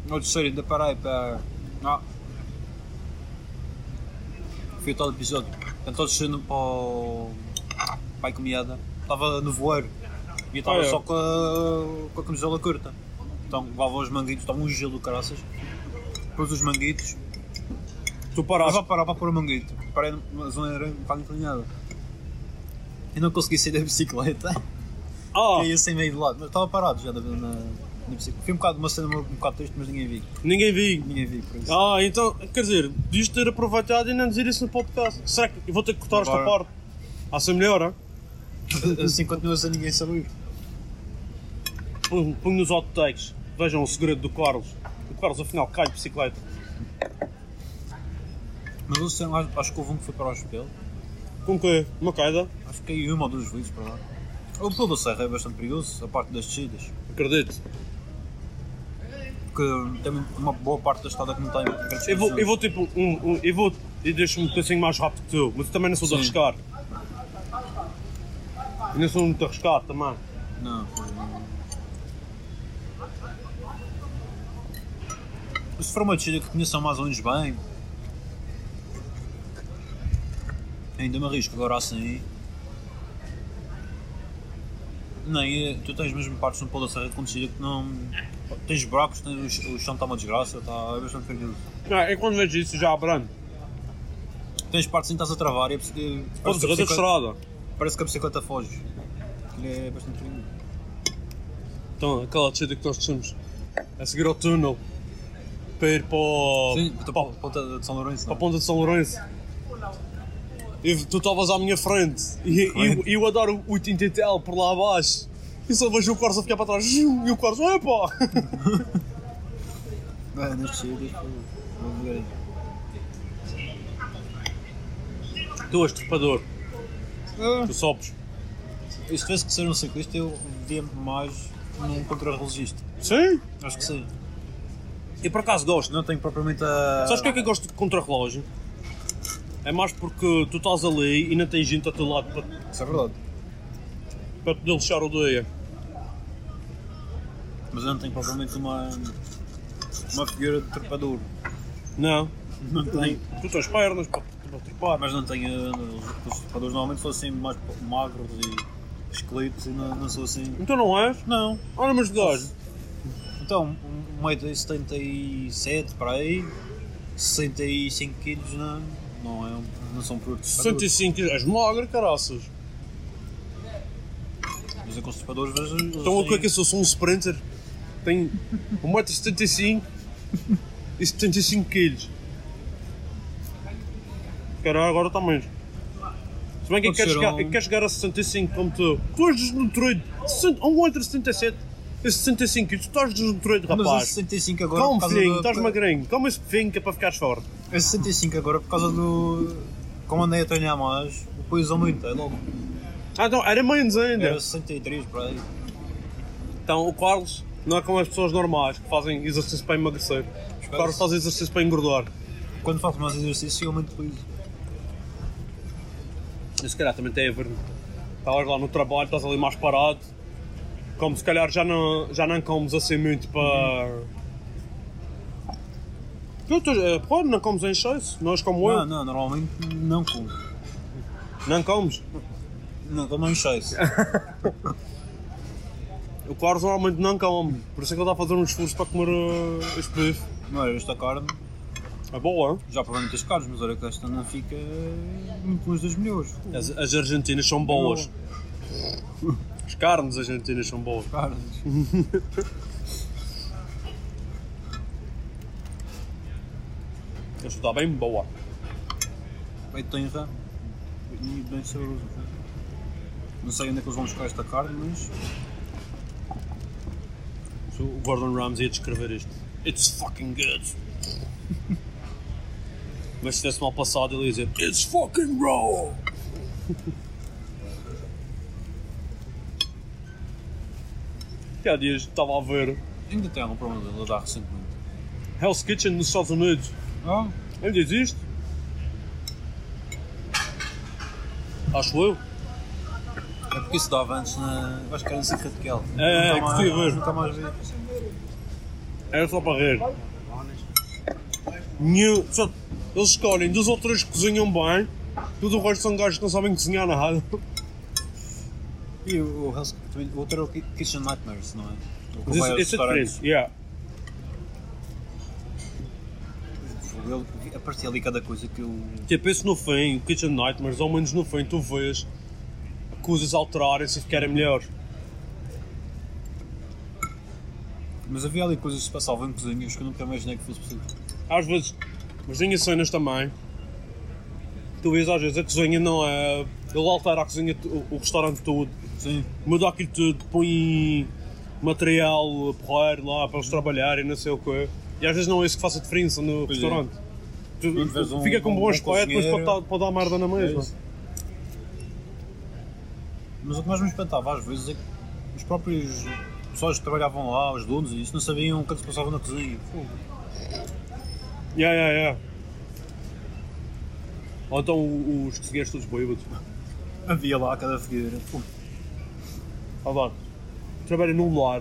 C: no terceiro ainda parei para. Não. Fui a tal episódio. Então descendo para o. para a comida. Estava no voeiro. E eu estava
B: Ah, é?
C: só com a, com a camisola curta. Então levava os manguitos, estava um gelo do caraças. Pôs os manguitos.
B: Tu
C: Estava
B: paraste.
C: a parar para pôr o manguito. Parei numa zona era para inclinada. E não consegui sair da bicicleta.
B: Ah,
C: Caí assim meio de lado, mas estava parado já na, na, na bicicleta. Foi um bocado uma cena um bocado triste, mas ninguém vi.
B: ninguém viu.
C: Ninguém vi por isso.
B: Ah, então, quer dizer, devias ter aproveitado e não dizer isso no podcast. Será que eu vou ter que cortar esta
C: Agora.
B: parte? Ah, se melhor, hein? Ah.
C: Assim continua-se a ninguém saber.
B: Põe põe nos outtakes. Vejam o segredo do Carlos. O Carlos, afinal, cai de bicicleta.
C: Mas eu sei, acho, acho que houve um que foi para o espelho.
B: Com quê? Uma queda?
C: Acho que caiu uma ou duas vezes para lá. O pulo da serra é bastante perigoso, a parte das descidas.
B: Acredito.
C: Porque tem uma boa parte da estrada que não tem grandes
B: Eu vou, eu
C: condições.
B: vou tipo, um, um- eu vou, eu deixo-me um bocadinho mais rápido que tu, mas eu também não sou de
C: Sim.
B: arriscar. Eu não sou muito arriscado também.
C: Não, foi- Se for uma descida que conheçam mais ou menos bem, ainda me arrisco agora assim. Nem, eh, tu tens mesmo partes no Polo da Serra com descida que não. Tens buracos, tens, o chão está uma desgraça, está é bastante perigoso.
B: Não, é quando vejo isso já abrando.
C: Tens partes em que estás a travar e é preciso- eh,
B: Pode ser da
C: parece, que a bicicleta-
B: estrada.
C: parece que a bicicleta foge. Aquilo é bastante perigoso.
B: Então, aquela descida que nós descemos a seguir ao túnel para ir para, o-
C: Sim,
B: para,
C: para a ponta de São Lourenço.
B: para a
C: não é?
B: Ponta de São Lourenço. E tu estavas à minha frente e, e, e eu adoro o Tintetel por lá abaixo. E só vejo o Corsa ficar para trás. E o Corsa, epá!
C: Ah, nas descidas, pô, vou ver.
B: Tu és trepador. Tu sobes.
C: E se tivesse que ser um ciclista, eu via mais num contrarrelogista.
B: Sim?
C: Acho que sim.
B: Eu por acaso gosto.
C: Não tenho propriamente a.
B: Sabes o que é que eu gosto de contrarrelógio? É mais porque tu estás ali e não tens gente a teu lado para,
C: Isso é verdade.
B: para te deixar o dia.
C: Mas eu não tenho propriamente uma. uma figura de trepador.
B: Não.
C: Não tenho.
B: Tu tens pernas para, para trepar.
C: Pá, mas não tenho. Os trepadores normalmente são assim mais magros e. excluído e não, não sou assim.
B: Então não és?
C: Não.
B: Olha, mas verdade.
C: Então, um 1,77m para aí, 65kg não, não, é, um- não são produtos.
B: 65 quilos. És magro, caraças.
C: Mas eu com os trepadores vejo. eles
B: Então o que é que eu
C: têm-
B: sou? Sou um sprinter. Tenho 1,75m e 75 quilos. Caralho, agora está mesmo. Se bem que eu
C: Pode
B: quero,
C: ser
B: chegar,
C: um-
B: eu quero chegar a 65 como tu. Tu és desnutrido. 1,77m e 65 quilos. Tu estás desnutrido,
C: Mas a
B: rapaz.
C: 65 agora.
B: Come,
C: por causa
B: filhinho.
C: do-
B: Estás magrinho. Come esse vinho que é para ficares forte.
C: A 65 agora por causa do. Como andei a treinar mais, o peso aumenta, é logo.
B: Ah, então, era menos ainda.
C: Era 63 para aí.
B: Então, o Carlos não é como as pessoas normais que fazem exercício para emagrecer. Os Carlos fazem exercício para engordar.
C: Quando faço mais exercício, eu aumento o peso.
B: E se calhar também tem a ver. Estavas lá no trabalho, estás ali mais parado. Como se calhar já não, já não comes assim muito para. Tu, tu, eh, pô, não comes em cheio, nós como
C: Não,
B: eu.
C: não, normalmente não como.
B: Não comes.
C: Não, como um cheio.
B: O Carlos normalmente não come, por isso é que ele está a fazer um esforço para comer eh, este bife.
C: Não era esta carne,
B: É boa, hein?
C: já provei muitas carnes, mas olha que esta não fica muito longe das melhores.
B: As, as argentinas são boas. As carnes argentinas são boas.
C: Carnes.
B: Esta está bem boa.
C: Bem tenra e bem saboroso. Não sei onde é que eles vão buscar esta carne, mas.
B: Se O Gordon Ramsay ia descrever isto. It's fucking good. Mas se tivesse mal passado, ele ia dizer It's fucking raw. Que há dias estava a ver
C: Ainda tem algum problema de lidar recentemente.
B: Hell's Kitchen nos Estados Unidos.
C: Ah,
B: Ainda existe? Acho eu.
C: é porque isso dava antes na. Acho que era na Serra de Kel.
B: É, é,
C: Nunca mais-
B: que fui ver.
C: Nunca mais vi.
B: Era só para rir. Nenhum, só, eles escolhem dos outros que cozinham bem, tudo o resto são gajos que não sabem cozinhar nada.
C: E o o Hell's também- o outro era o Ki- Kitchen Nightmares, não é? O que
B: Mas
C: vai
B: isso,
C: aos
B: isso é
C: restaurantes.
B: diferente. Yeah.
C: Ele aparecia ali cada coisa que eu.
B: Tipo, esse no fim, o Kitchen Nightmares, ao menos no fim, tu vês coisas alterarem-se e ficarem melhores.
C: Mas havia ali coisas que se passavam em cozinhas que eu nunca imaginei que fosse possível.
B: Às vezes, mas tinha cenas também. Tu vês, às vezes, a cozinha não é. Ele altera a cozinha, o- o restaurante todo.
C: Sim.
B: muda aquilo tudo, põe material porreiro lá para eles trabalharem, não sei o quê. E às vezes não é isso que faz a diferença no
C: Pois é.
B: restaurante. Tu-
C: Quando vês um-
B: fica com
C: um
B: bom
C: bom
B: aspecto, mas pode
C: cozinheiro- é
B: dar, pode dar merda na mesma.
C: isso. Mas o que mais me espantava às vezes é que os próprios pessoas que trabalhavam lá, os donos e isso, não sabiam o que é que se passava na cozinha. Fogo.
B: yeah, yeah, yeah. Ou então o- os cozinheiros todos bêbados.
C: Havia lá cada fogueira. Fogo.
B: Ah, vá. Trabalha num lar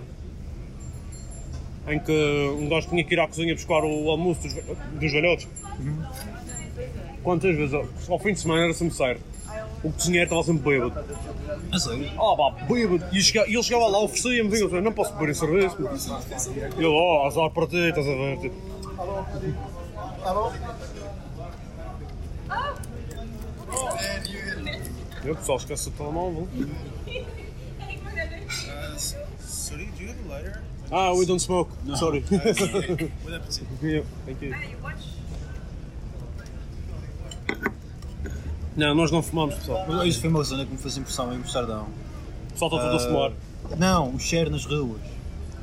B: em que um gajo tinha que ir à cozinha buscar o almoço dos, dos velhotes. Quantas vezes? ao- Ao fim de semana era sempre certo. O cozinheiro estava sempre bêbado.
C: A sério?
B: Ah, pá, bêbado. E, chega- e ele chegava lá, oferecia-me, vinha, eu dizia, não posso beber em serviço. meu." E ele, oh, azar para ti, estás a ver? Tipo. E o pessoal esquece o telemóvel.
E: So do you do you have a lighter?
B: Ah, we don't smoke. Sorry.
E: What happened to
B: Yeah, thank you. Não, nós não fumamos, pessoal.
C: Mas isso foi uma cena que me fez impressão em Amsterdão.
B: O pessoal está tudo a fumar.
C: Não, o cheiro nas ruas.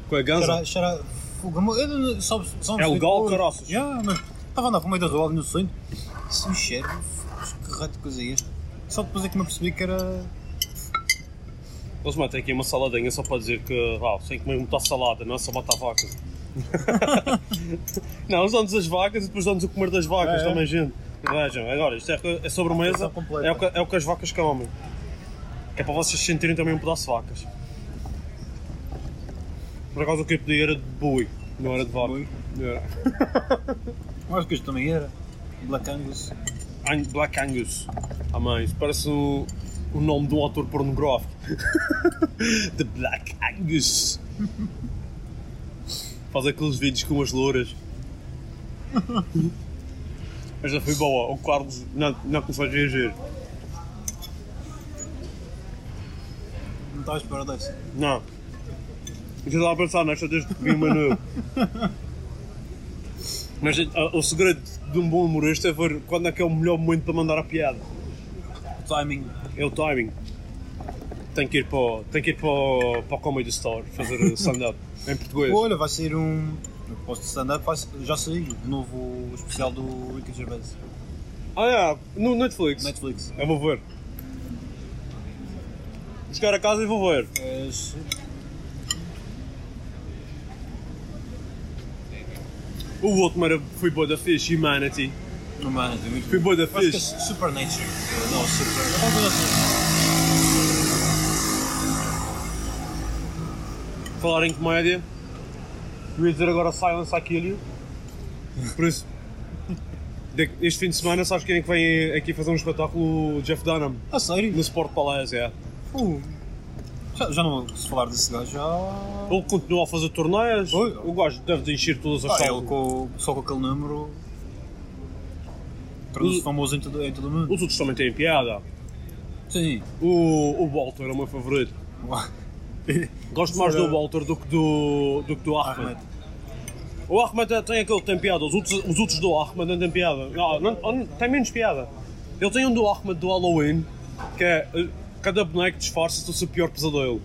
B: Com a ganza?
C: Cheira, cheira a fogo. Eu não- só- só não
B: É
C: sei
B: legal,
C: como-
B: caraças.
C: Já, mas estava a andar para o meio da rua ali no sonho. Isso um cheiro, fogo, que rato de coisa é esta? Só depois é que me apercebi que era
B: Eles metem aqui uma saladinha só para dizer que, vá, sem comer muita salada, não é só matar vacas. não, eles dão-nos as vacas e depois dão-nos o comer das vacas
C: É, é.
B: também, gente. Vejam, agora, isto é, co- é sobremesa,
C: Refeição completa.
B: é o, que, é o que as vacas comem. Que é para vocês sentirem também um pedaço de vacas. Por acaso o que eu pedi era de boi, não era de vaca.
C: Boi?
B: Era.
C: Eu Acho que isto também era. Black Angus.
B: Ang- Black Angus. Ah, mãe, isso parece um. o nome de um autor pornográfico. The Black Angus. Faz aqueles vídeos com as louras. Mas já foi boa. O Carlos não, não começou a reagir.
C: Não estava a esperar dessa.
B: Não. Eu já estava a pensar nesta desde que vi o Manu. Mas gente, a- o segredo de um bom humorista é ver quando é que é o melhor momento para mandar a piada.
C: O timing.
B: É o timing. Tem que ir para, o- tem que ir para, o- para o Comedy Store fazer stand-up em português.
C: Olha, vai sair um. Posto de stand-up, vai sa- já saiu o novo especial do Ricky Gervais.
B: Ah, é, no Netflix.
C: Netflix.
B: Eu vou ver. Vou Chegar a casa e vou ver.
C: É, se-
B: O outro era Free Boy da Fish, Humanity.
C: Não, mano, tem muito.
B: Free Boy da
C: Acho que é
B: Fish.
C: Supernature. Não, Super. Uma coisa assim.
B: Falar em comédia. Eu ia dizer agora Silence I Kill You. Por isso. de- Este fim de semana, sabes quem é que vem aqui fazer um espetáculo? O Jeff Dunham.
C: Ah, sério?
B: No Sport Palace, é.
C: Uh, já, já não se falar desse gajo, já.
B: Ele continua a fazer torneios.
C: Oi.
B: O gajo deve de encher todas as
C: Ah,
B: salas.
C: ele com, só com aquele número.
B: O-
C: Tornou-se famoso em todo, em todo o mundo.
B: Os outros também têm piada.
C: Sim.
B: O, o Walter é o meu favorito. Gosto mais do Walter do que do, do, que do Ahmed.
C: Ahmed.
B: O Ahmed é- tem aquele que tem piada, os outros, os outros do Ahmed não têm piada. Não, não, não- tem menos piada. Eu tenho um do Ahmed do Halloween, que é eh, cada boneco disfarça-se do seu pior pesadelo.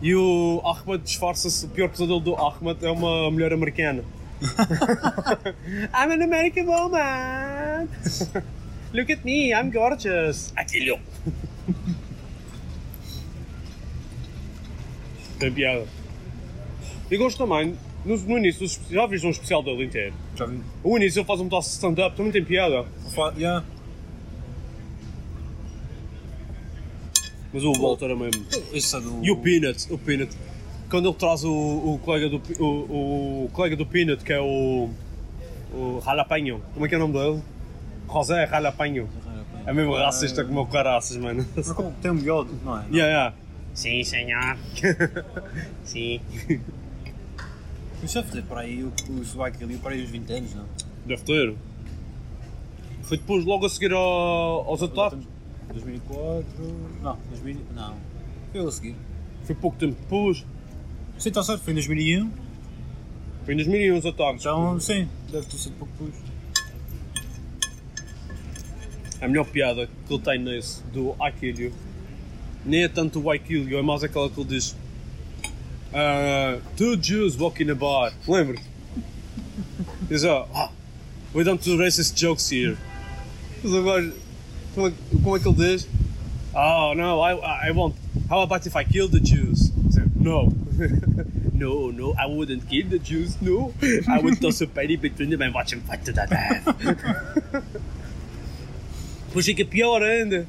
B: E o Ahmed disfarça-se, o pior pesadelo do Ahmed é uma mulher americana. I'm an American woman! Look at me, I'm gorgeous! Aquilo! tem piada. E gosto também, no, no início, dos- já viste um especial dele inteiro?
C: Já vi.
B: O início ele faz um tal stand-up, também tem piada.
C: Fa- Yeah.
B: Mas o Walter é mesmo.
C: Isso é do.
B: E o Peanut, o Peanut. Quando ele traz o, o colega do Pe- o, o colega do Peanut, que é o. o Jalapeno. Como é que é o nome dele? José Jalapeno. É mesmo racista como o caraças, mano.
C: Eh, Mas como Tem um melhor, não é?
B: Yeah, yeah.
F: Sim, senhor. Sim.
C: Isso deve ter para aí o, o sovaco ali, para aí uns 20 anos, não?
B: Deve ter. Foi depois, logo a seguir ao, aos ataques.
C: 2004. Não, 2000. Não. Eu a seguir.
B: Foi pouco tempo depois.
C: Sim, está certo, foi em 2001.
B: Foi em 2001 os ataques.
C: Então, sim, deve ter sido pouco depois.
B: A melhor piada que ele tem nesse do I Kill You nem é tanto o I Kill You, é mais aquela que ele diz ah, Two Jews walk in a bar. Lembra-te? Diz ó, "Ah, We don't do racist jokes here. Mas agora, como é, como é que ele diz? Oh no, I, I won't. How about if I kill the Jews? Diz ele, No. no, no, I wouldn't kill the Jews, no. I would toss a penny between them and watch them fight to the death. Pois fica pior ainda.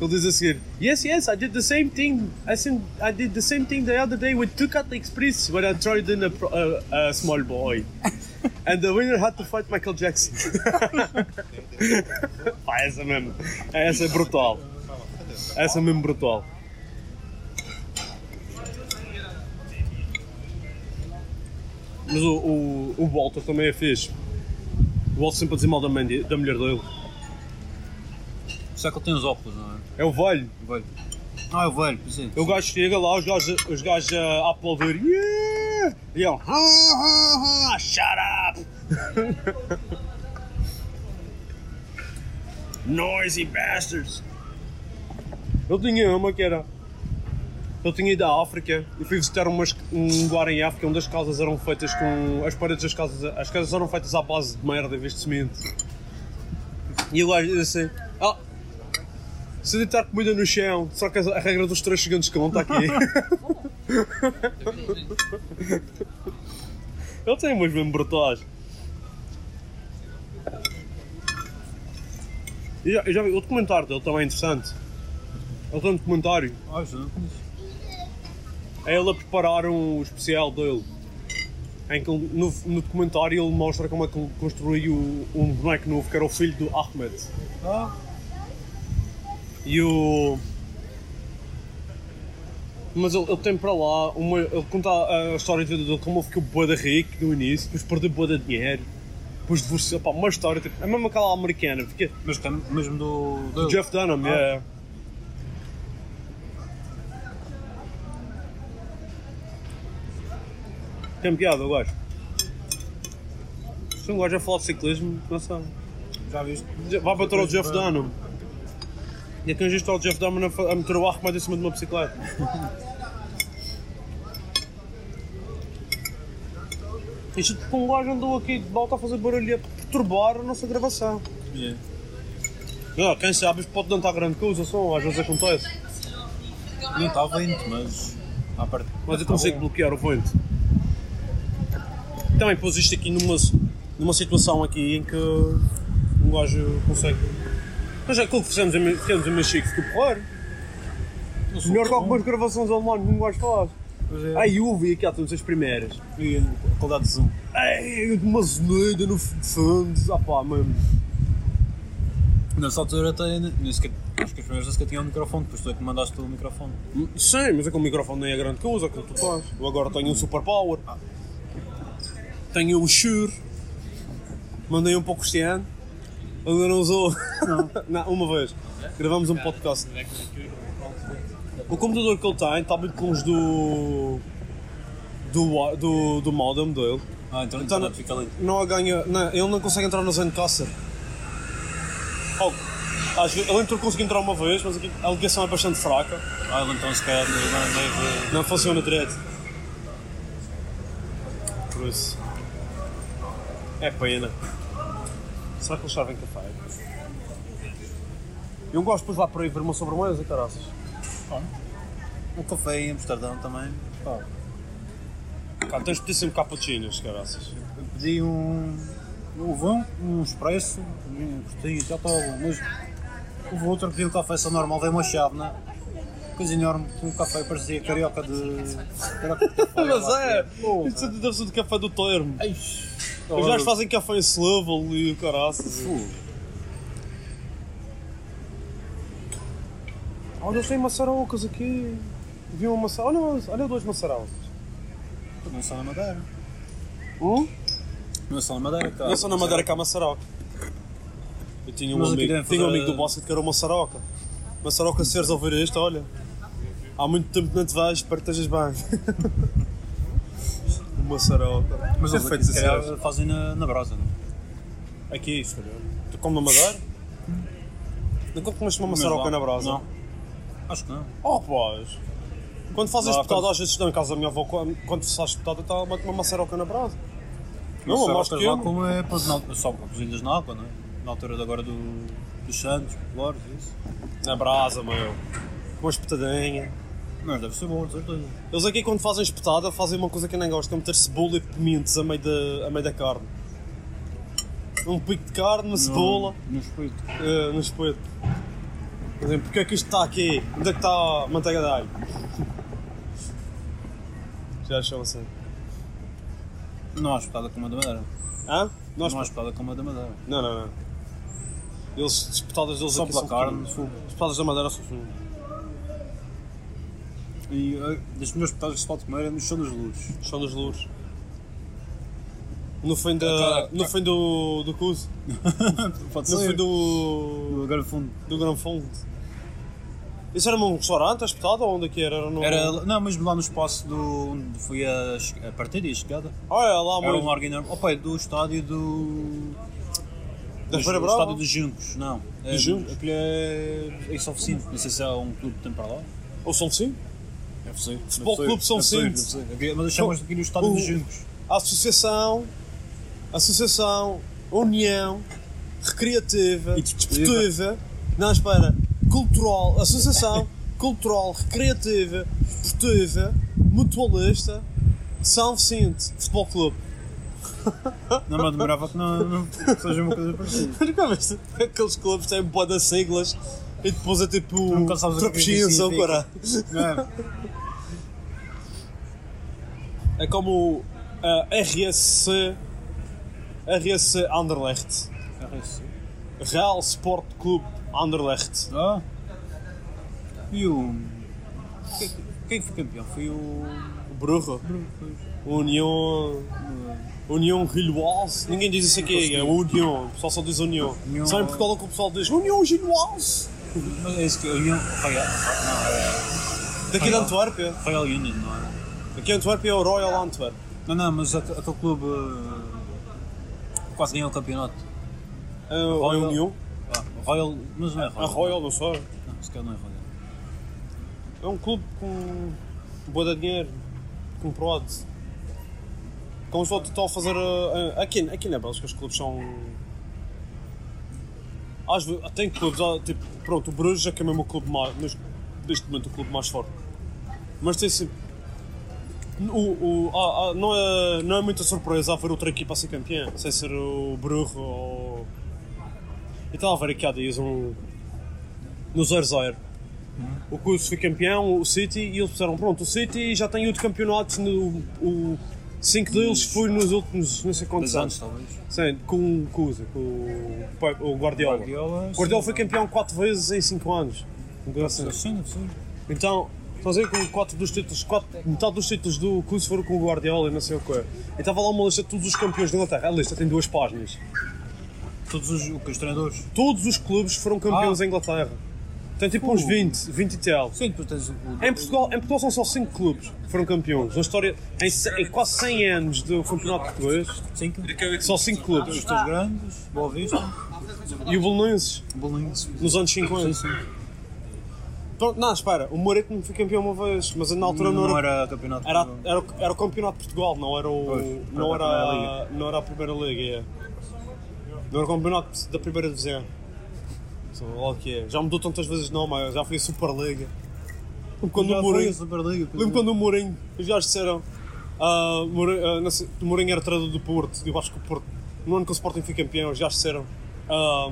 B: Ele diz a seguir: Yes, yes, I did the same thing. I, seen, I did the same thing the other day with two Catholic priests when I tried in a, pro, uh, a small boy. And the winner had to fight Michael Jackson. Pá, essa mesmo. Essa é brutal. Essa é mesmo brutal. Mas o, o, o Walter também é fixe. O Walter sempre a dizer mal da, mãe de- da mulher dele.
C: Só que ele tem os óculos, não é?
B: É o velho.
C: O velho. Ah, é o velho, pois é.
B: O gajo chega lá, os gajos, os gajos a aplaudir. Yeah! E ele. "Ha, ha, ha, Shut up! Noisy bastards! Eu tinha uma que era. Eu tinha ido à África e fui visitar umas, um lugar em África onde as casas eram feitas com. As paredes das casas. As casas eram feitas à base de merda em vez de cimento. E o gajo disse assim. "Ah, se deitar comida no chão, será que a regra dos 3 segundos conta aqui? Ele tem umas mesmo brutais. E já, eu já vi o documentário dele também é interessante. Ele tem um documentário.
C: Ah, isso não conheço.
B: É ele a preparar um especial dele. Em que ele- no, no documentário ele mostra como é que ele construiu um boneco novo que era o filho do Ahmed.
C: Ah,
B: E o. Mas ele, ele tem para lá, uma, ele conta a, a história de vida dele, como ele ficou bué da rico no início, depois perdeu bué de dinheiro, depois divorciou, pá, uma história, tipo, é mesmo aquela americana, porque
C: Mas que é mesmo do.
B: do Jeff Dunham,
C: Ah.
B: é. Tem piada, eu gosto. Se um gajo a falar de ciclismo, nossa,
C: Já viste?
B: vai bater ao
C: Depois
B: Jeff
C: vai-
B: Dunham. E aqui está o Jeff Dunham a fa- a meter o arco mais em cima de uma bicicleta. Isto porque um gajo andou aqui de volta a fazer barulho e a perturbar a nossa gravação.
C: Yeah.
B: Ah, quem sabe isto pode não estar grande coisa, só às vezes acontece.
C: Não estava lento, mas. À parte.
B: Mas eu consigo
C: Tá bom.
B: bloquear o vento. Também pôs isto aqui numa, numa situação aqui em que um gajo consegue. Mas é aquilo que fizemos em, fizemos em Mexico, ficou porreiro. Melhor que algumas gravações online que um gajo faz.
C: Pois é.
B: Ai, eu ouvi aqui há todas as primeiras.
C: E a qualidade de zoom.
B: Ai, uma zoneda no f- fundo. Ah pá, mano.
C: Nessa altura até. nem sequer- Acho que os primeiros nem sequer tinham um microfone, depois tu é que mandaste o microfone.
B: Sim, mas é que o microfone nem é grande coisa, aquilo que tu faz. Eu agora tenho um superpower. Tenho um Shure. Mandei um para o Cristiano. Ainda não usou. Não. uma vez. Gravamos um podcast. O computador que ele tem está muito longe do. do, wa- do, do modem dele.
C: Ah, então,
B: Então
C: então
B: não-
C: fica lento.
B: Não a ganha. Não, ele não consegue entrar no Zencaster. Oh, às vezes, ele entrou, conseguiu entrar uma vez, mas aqui a ligação é bastante fraca.
C: Ah, então se calhar não não deve.
B: Não funciona direito. Por isso. É pena. Será que eles sabem café? Eu gosto depois lá por aí ver uma sobremesa, caraças.
C: Um café em Amsterdão também. Pá,
B: Cara, tens de pedir sempre cappuccinos, caraças.
C: eu pedi um. Um vão, um expresso, um curtinho, já estava bom. Mas houve outro que pediu um café só normal, veio uma chave, né? Coisa enorme, um café parecia carioca de. Carioca de café,
B: Mas
C: lá
B: é,
C: que
B: isto é deve ser de café do termo.
C: Ai,
B: Os gajos fazem café em Slovel e o caraças. Olha, eles têm maçarocas aqui. Vi uma maçaroca. Olha, olha duas maçarocas.
C: Não são na Madeira.
B: Hum?
C: Não são na Madeira, cara.
B: Não só na Madeira que há Massaroca. Eu tinha um,
C: Nós aqui
B: amigo,
C: devemos
B: tinha um
C: fazer-
B: amigo do Boston que era o Massaroca. Massaroca, se eres a ouvir isto, olha. Há muito tempo que não te vais, espero que estejas bem. O Massaroca.
C: Mas eles aqui,
B: Perfeito,
C: se
B: se
C: calhar
B: eres.
C: fazem na, na brasa, não é?
B: Aqui, se calhar. Tu como na Madeira? Nunca comeste uma Massaroca
C: Mas lá-
B: na brasa?
C: Não. Acho que não.
B: Oh, rapaz. Quando fazes
C: Lá,
B: petada,
C: quando-
B: às vezes estão em casa da minha avó, quando quando fazes petada, está tá, uma uma Massaroca na brasa. Não,
C: Só
B: eu acho
C: outras
B: que
C: lá
B: eu-
C: como é pois, na- só com cozidas na água, não é? Na altura de agora do, dos Santos, Populares, isso.
B: Na brasa, meu. Com uma espetadinha.
C: Mas deve ser bom, de certeza.
B: Eles aqui quando fazem espetada fazem uma coisa que eu nem gosto, que é meter cebola e pimentos a meio da, a meio da carne. Um pico de carne, uma cebola,
C: No, no espeto.
B: eh, no espeto. Por exemplo, porque é que isto está aqui? Onde é que está a manteiga de alho? Já acham assim.
C: Não há espetada como a da Madeira.
B: Hã? Nós,
C: Não é. há espetada como a da Madeira.
B: não, não, não. Eles, espetadas deles
C: Só
B: aqui
C: pela
B: são
C: carne,
B: pequenas.
C: fogo.
B: Espetadas da madeira são
C: E eh, das melhores espetadas que se pode comer é no chão das luzes.
B: são dos louros. No fim, da,
C: Cara,
B: no fim do, do cuso.
C: pode
B: No fim
C: ser. Do...
B: do...
C: do garfundo.
B: do Gran Fundo. Isso era num restaurante, a espetada, ou onde é que era? Era, no...
C: Era, não, mesmo lá no espaço do, onde fui a, che- a partir e a chegada.
B: Olha Ah, é lá,
C: Era um
B: mano.
C: largo enorme. Ao pé do estádio do.
B: Da
C: do-
B: Feira
C: do
B: Brava?
C: estádio dos Juncos, não. É,
B: Juncos?
C: Aquele é. É isso oficina. Não sei se há um clube que tem para lá.
B: Ou São Vicente?
C: É possível.
B: Futebol Clube São Vicente.
C: Mas eu chamo aqui no estádio
B: O-
C: dos Juncos.
B: A Associação, Associação, União, Recreativa,
C: E desportiva.
B: Desportiva, não, espera, Cultural, Associação Cultural, Recreativa, Desportiva, Mutualista, São Vicente Futebol Clube.
C: Não me admirava que não, não seja uma coisa parecida.
B: Nunca viste? é Aqueles clubes têm boa das siglas e depois é tipo
C: Nunca sabes o que é que
B: tropecinhos ou
C: significa.
B: caralho.
C: Não é?
B: É como a RSC, RSC Anderlecht.
C: É isso.
B: Real Sport Clube Anderlecht.
C: Ah, E o. Quem, quem foi campeão? Foi o.
B: O Bruja. União. União Rilwals. Ninguém diz isso aqui, é União. O pessoal só diz União.
C: União-
B: Só em Portugal é que o pessoal diz União Rilwals.
C: Mas é isso que. União. Royal. Não, é.
B: Daqui de Antuérpia.
C: Royal Union, não é?
B: Aqui em Antuérpia é o Royal Antwerp.
C: Não, não, mas aque- aquele clube. eh, quase ganhou o campeonato.
B: É o
C: Royal-
B: União.
C: Ah, Royal. Mas não é
B: A
C: Royal.
B: Eh, Ah, Royal, não sei.
C: Não, se calhar não é Royal.
B: É um clube com boa de dinheiro, comprado. Com os outros estão a fazer. uh, uh, Aqui, aqui na Bélgica os clubes são. Às vezes, tem clubes, ah, tipo, pronto, o Bruges é que é mesmo o clube mais. mas, Neste momento, o clube mais forte. Mas tem sempre. O, o- ah, ah, não, é, não é muita surpresa haver outra equipa a ser campeã, sem ser o Bruges ou. Eu estava a ver aqui há dias um. no 0-0. O Cus foi campeão, o City, e eles disseram: pronto, o City já tem outro campeonato, no, o 5 deles foi nos últimos não sei quantos
C: 10 anos,
B: anos.
C: talvez.
B: Sim, com, com, o- com o Pep- o Guardiola. Guardiola,
C: Guardiola.
B: foi campeão 4 vezes em 5 anos. Um negócio assim.
C: Sim, sim.
B: Então, fazer com quatro dos títulos, quatro, metade dos títulos do curso foram com o Guardiola e não sei o quê. E estava lá uma lista de todos os campeões da Inglaterra. A lista tem duas páginas.
C: Todos os, o que, os treinadores.
B: Todos os clubes foram campeões
C: Ah.
B: da Inglaterra. Tem tipo uns 20, 20 e tal.
C: Sim, depois tens o. o-
B: Em Portugal, em Portugal são só 5 clubes que foram campeões. Na história, em, ce- em quase 100 anos do campeonato português,
C: Cinco.
B: só 5
C: Os
B: clubes.
C: teus grandes, Boa Vista,
B: E o Belenenses,
C: Bolinhos.
B: nos anos 50. Pronto, não, espera, o Moreto foi campeão uma vez, mas na altura não,
C: Não
B: era.
C: era campeonato.
B: Era, era, o- era o campeonato de Portugal, não era, o,
C: Pois,
B: não,
C: era a
B: era, não era a primeira liga. é. Não era o campeonato da primeira divisão. Só lá o que é. Já mudou tantas vezes não, mas já foi a Superliga. Lembro Quando o
C: Já foi a
B: Mourinho,
C: Superliga. pois
B: lembro
C: é.
B: quando o Mourinho, os gajos disseram, ah, Mourinho, ah, não sei, o Mourinho era treinador do Porto, eu acho que o Porto, no ano que o Sporting foi campeão, os gajos disseram, ah,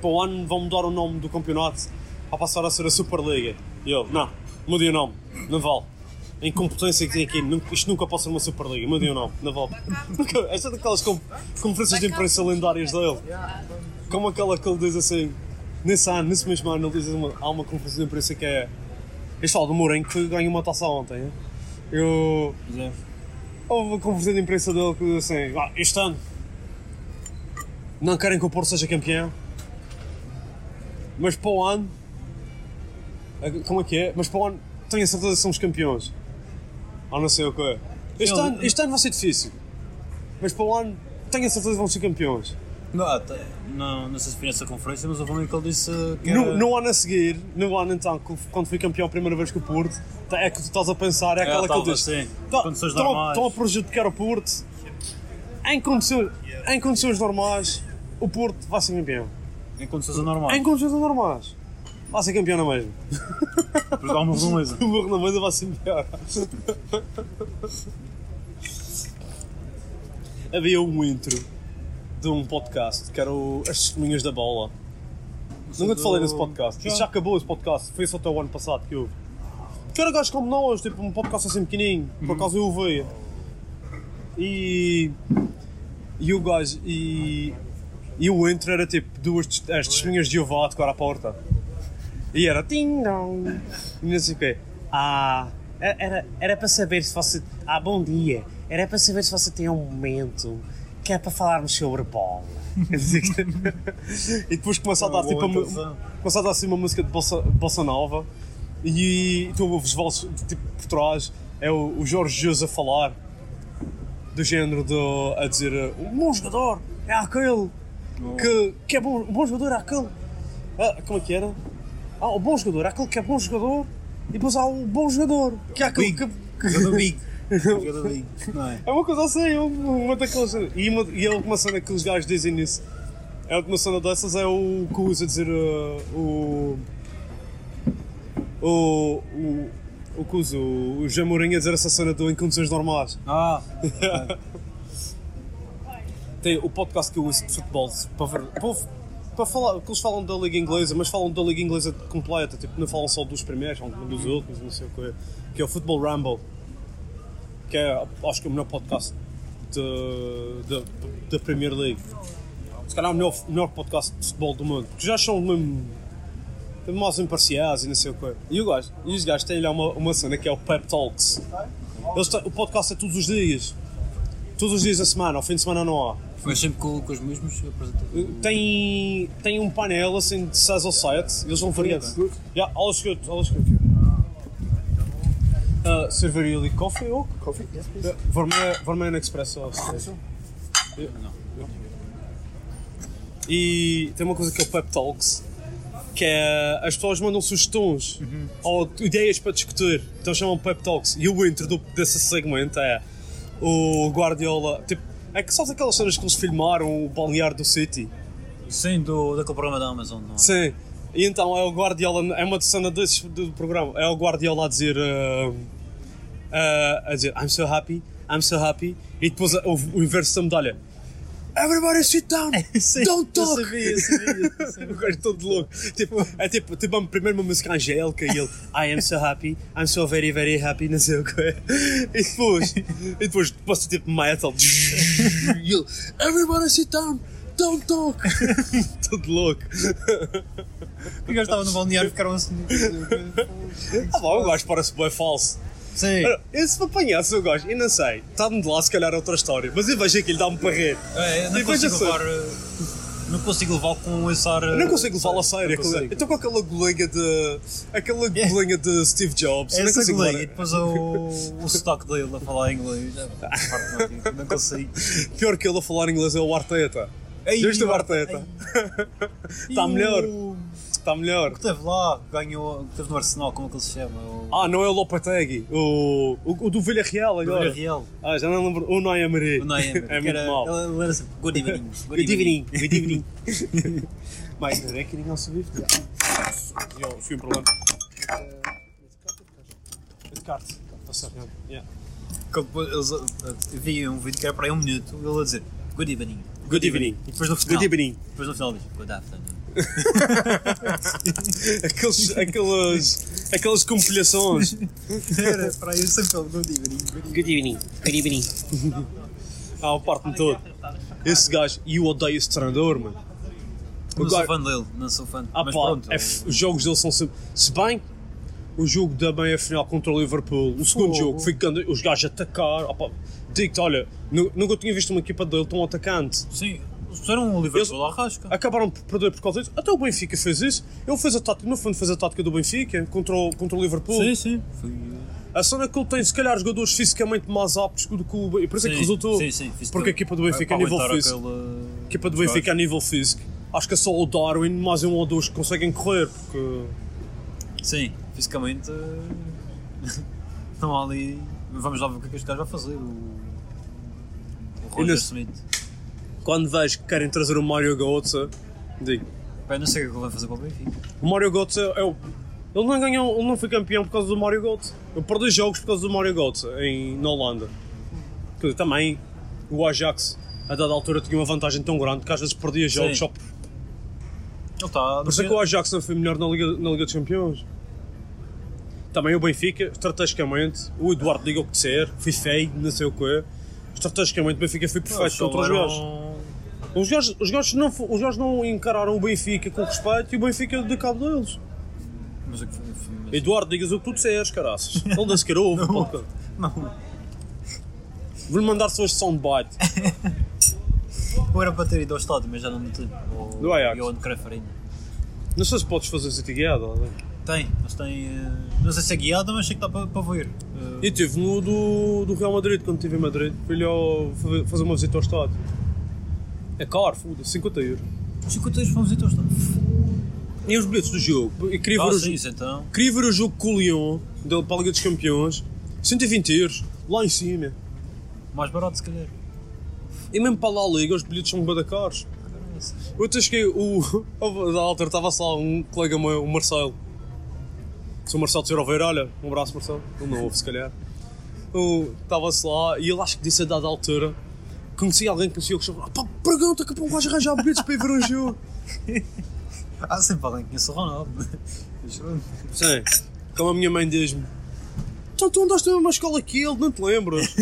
B: para o ano vão mudar o nome do campeonato a passar a ser a Superliga. E eu, não, mudei o nome, não vale. A incompetência que tem aqui, nunca- isto nunca pode ser uma Superliga, mudei o nome, não vale. Nunca- Esta é daquelas con- conferências de imprensa lendárias dele. Como aquela que ele diz assim, nesse ano, nesse mesmo ano, ele diz uma, há uma conferência de imprensa que é. Este tal do Mourinho que ganhou uma taça ontem. hein? Eu.
C: Pois é.
B: Houve uma conferência de imprensa dele que diz assim: "Ah, este ano não querem que o Porto seja campeão, mas para o ano, como é que é? Mas para o ano, tenho a certeza que somos campeões. Ou não sei o quê. Este,
C: Ele-
B: ano, este ano vai ser difícil, mas para o ano, tenho a certeza que vão ser campeões.
C: Não, até- não, não sei se foi nessa conferência, mas houve um em que ele disse que era...
B: No, no ano a seguir, no ano então, que- quando fui campeão a primeira vez com o Porto, é que tu estás a pensar, é aquela que eu
C: talvez,
B: disse.
C: sim.
B: Tá-
C: Condições
B: estão a-
C: normais.
B: Estão a prejudicar o Porto. Em condições, em condições normais, o Porto vai ser campeão.
C: em condições anormais.
B: Em condições normais, vai ser campeão na mesma.
C: Depois há uma beleza.
B: O é burro na mesa vai ser melhor. Havia um intro de um podcast que era o As Testemunhas da Bola. Nunca te falei nesse podcast. Isto já acabou esse podcast. Foi só até o ano passado que houve. Que era gajos como nós, tipo um podcast assim pequenininho. Por acaso eu ouvia. E. E o gajo. E. E o intro era tipo duas tes- as testemunhas de Jeová a tocar à porta. E era ting dong. E não sei o quê. Ah,
F: Era, era para saber se você. Ah, bom dia. Era para saber se você tem um momento que é para falarmos sobre bola.
B: Assim e depois começa a dar
C: Uma boa
B: tipo uma,
C: introdução.
B: começa a dar assim uma música de bossa, bossa nova e tu ouves vozes tipo, por trás é o, o Jorge Jesus a falar do género do, a dizer um bom jogador é aquele que, que é bom, um bom jogador é aquele Ah, como é que era? Ah, o bom jogador é aquele que é bom jogador e depois há o bom jogador que é aquele que,
C: Big. Jogador Big. Jogador Big. Não é?
B: é uma coisa assim, um- uma daquelas. E, uma, e a última cena que os gajos dizem nisso. A última cena dessas é o Cruz a dizer uh, o. O. O. O Cruz, o, o Jamorim a dizer essa cena do Em Condições Normais.
C: Ah,
B: Tem o podcast que eu ouço de futebol para, ver- para, para falar. que eles falam da Liga Inglesa, mas falam da Liga Inglesa completa. Tipo, não falam só dos primeiros, falam dos últimos, não sei o que é. Que é o Football Ramble. Que é, acho que, é o melhor podcast de- de- da Premier é League. se calhar o melhor, o melhor podcast de futebol do mundo, porque já são mesmo maus imparciais e não sei o quê. E, o gajo, e os gajos têm lá uma, uma cena que é o Pep Talks. Eles têm- o podcast é todos os dias. Todos os dias da semana, ao fim de semana não há.
G: Mas sempre com, com os mesmos apresentadores.
B: Tem, tem um painel assim de 6 ou 7, eles vão variando. Yeah, all is good, all is good. Uh, serviria ali coffee ou? Eh,
G: Coffee? Yes, please. Ah,
B: Yeah, Vermelho vermelho expresso. ou assim. Eh, seja. Yeah. Yeah. E tem uma coisa que é o Pep Talks, que é as pessoas mandam sugestões
G: Uhum.
B: ou ideias para discutir, então chamam Pep Talks. E o intro do, desse segmento é o Guardiola, tipo, é que sabes aquelas cenas que eles filmaram o balneário do City?
C: Sim, do, daquele programa da Amazon, não é?
B: Sim. E então é o Guardiola, é uma cena desses do programa, é o Guardiola a dizer, ah, ah, a dizer I'm so happy, I'm so happy, e depois o, o inverso da medalha. Everybody sit down, don't talk! O gajo todo louco. Tipo, é tipo, tipo a primeira uma música angélica e ele I am so happy, I'm so very, very happy, não sei o que é. E depois, e depois passa tipo metal. E ele Everybody sit down, don't talk! todo louco.
C: O gajo estava no balneário e ficaram assim.
B: Ah, bom, o gajo parece bem falso.
C: Sim.
B: Ora, Eu se me apanhasse o gajo, e não sei, está-me de lá se calhar é outra história, mas eu vejo aquilo, dá-me para rir.
C: É, eu
B: E
C: não consigo
B: veja-se.
C: levar. eh, Não consigo levar com esse ar. eh,
B: Eu não consigo levá-lo a sério.
C: Não
B: aquele gajo. Eu
C: consigo.
B: estou com aquela golinha de. aquela golinha de Steve Jobs. eu não
C: É. Essa
B: consigo
C: goleia É e
B: levar.
C: depois o, o sotaque dele a falar inglês. é, parte não, Não consigo.
B: Pior que ele a falar inglês é o Arteta.
C: Ei,
B: Desde o
C: o-
B: Arteta. Está melhor,
C: E o
B: está melhor.
C: que teve lá, que ganhou, que teve no Arsenal, como é que ele se chama? O
B: Ah, não é o Lopetegui, o, o, o do Villarreal
C: o
B: agora.
C: Villarreal.
B: Ah, já não lembro. O Noia Maria.
C: O Neymar. que
B: É muito
C: era-
B: mau.
C: Ele era sempre good evening. Good
B: good evening. Mais ainda bem que ninguém se vive. Eu fui um problema. Descarte.
C: Que depois eles, eh, Eu vi um vídeo que era para aí um minuto, ele a dizer good evening.
B: Good evening.
C: E depois no final.
B: Good evening.
C: Depois no final diz good afternoon.
B: Aqueles, aquelas, aquelas compilações.
C: Era para aí sempre ele, good evening. Good evening.
F: Good evening. Good evening.
B: Ah, parte-me todo. Esse gajo, e eu odeio esse treinador, mano.
C: Não sou
B: Agora-
C: fã dele, não sou fã.
B: Ah,
C: mas
B: pá,
C: pronto.
B: é f- os jogos dele são sempre. Se bem, o jogo da meia final contra o Liverpool, o segundo jogo, foi quando os gajos atacaram. Ah, pá, Digo-te, olha, nu- nunca tinha visto uma equipa dele tão atacante.
C: Sim, eles fizeram um Liverpool à rasca.
B: Acabaram por perder por causa disso. Até o Benfica fez isso. Ele fez a tática, no fundo, fez a tática do Benfica contra o, contra o Liverpool.
C: Sim, sim. Foi...
B: A cena é que ele tem, se calhar, jogadores fisicamente mais aptos que o do que o. E por isso é que
C: Sim,
B: resultou.
C: sim, sim, fiz
B: Porque
C: tudo.
B: a equipa do Benfica, a nível
C: Para
B: físico.
C: aguentar aquele-
B: A equipa do Benfica, a nível físico. Acho que é só o Darwin, mais um ou dois que conseguem correr. Porque.
C: Sim, fisicamente. eh, Não há ali. Vamos lá ver o que é que este gajo vai fazer. O, o Roger
B: não-
C: Smith.
B: quando vejo que querem trazer o Mario Götze, digo,
C: Pá, eu não sei o que é que ele vai fazer para o Benfica.
B: o Mario Götze é o... Ele não ganhou, ele não foi campeão por causa do Mario Götze. Eu perdi jogos por causa do Mario Götze em, na Holanda. Quer dizer, também o Ajax, a dada altura, tinha uma vantagem tão grande que às vezes perdia jogos
C: Sim.
B: só por...
C: Ele tá está.
B: Por isso é que o Ajax não foi melhor na Liga, na Liga dos Campeões. Também o Benfica, estrategicamente, o Eduardo diga o que disser, fui feio, não sei o quê. Estrategicamente o Benfica foi perfeito contra os gajos. Os gajos, os, gajos não, fo- os gajos não encararam o Benfica com respeito e o Benfica deu cabo deles.
C: Mas é que foi- foi- mas-
B: Eduardo, digas o que tu disseres, caraças. é Não dá sequer ouve. porca.
C: Não,
B: Vou-lhe mandar só este soundbite.
C: eu era para ter ido ao estádio, mas já não me tenho. Ou-
B: Do Ajax.
C: E onde Crafarina.
B: Não sei se podes fazer esse guiado. olha.
C: Tem, eles têm. eh, Não sei se é guiada, mas sei que dá para, para ver. Eh,
B: E tive no do, do Real Madrid, quando estive em Madrid, fui-lhe ao- fa- fazer uma visita ao estádio. É caro, foda 50 euros.
C: 50 euros fomos então.
B: E os bilhetes do jogo? Eu queria,
C: Ah,
B: ver, o,
C: sim,
B: jo-
C: isso então.
B: queria ver o jogo com o Lyon, da para a Liga dos Campeões, 120 euros, lá em cima.
C: Mais barato, se calhar.
B: E mesmo para lá a Liga, os bilhetes são bada caros. Eu até cheguei, o, da altura estava só um colega meu, o Marcelo. Se o Marcelo estiver a ouvir, olha, um abraço Marcelo, ele não ouve se calhar. O- Estava-se lá e ele acho que disse a dada altura, conhecia alguém que conhecia o que chama, pá, pergunta que para um gajo arranjar bilhetes para ir ver um jogo.
C: Ah, sempre alguém conhece o Ronaldo. Mas
B: é
C: pronto.
B: Sim, como a minha mãe diz-me, então tu andaste na mesma escola que ele, não te lembras?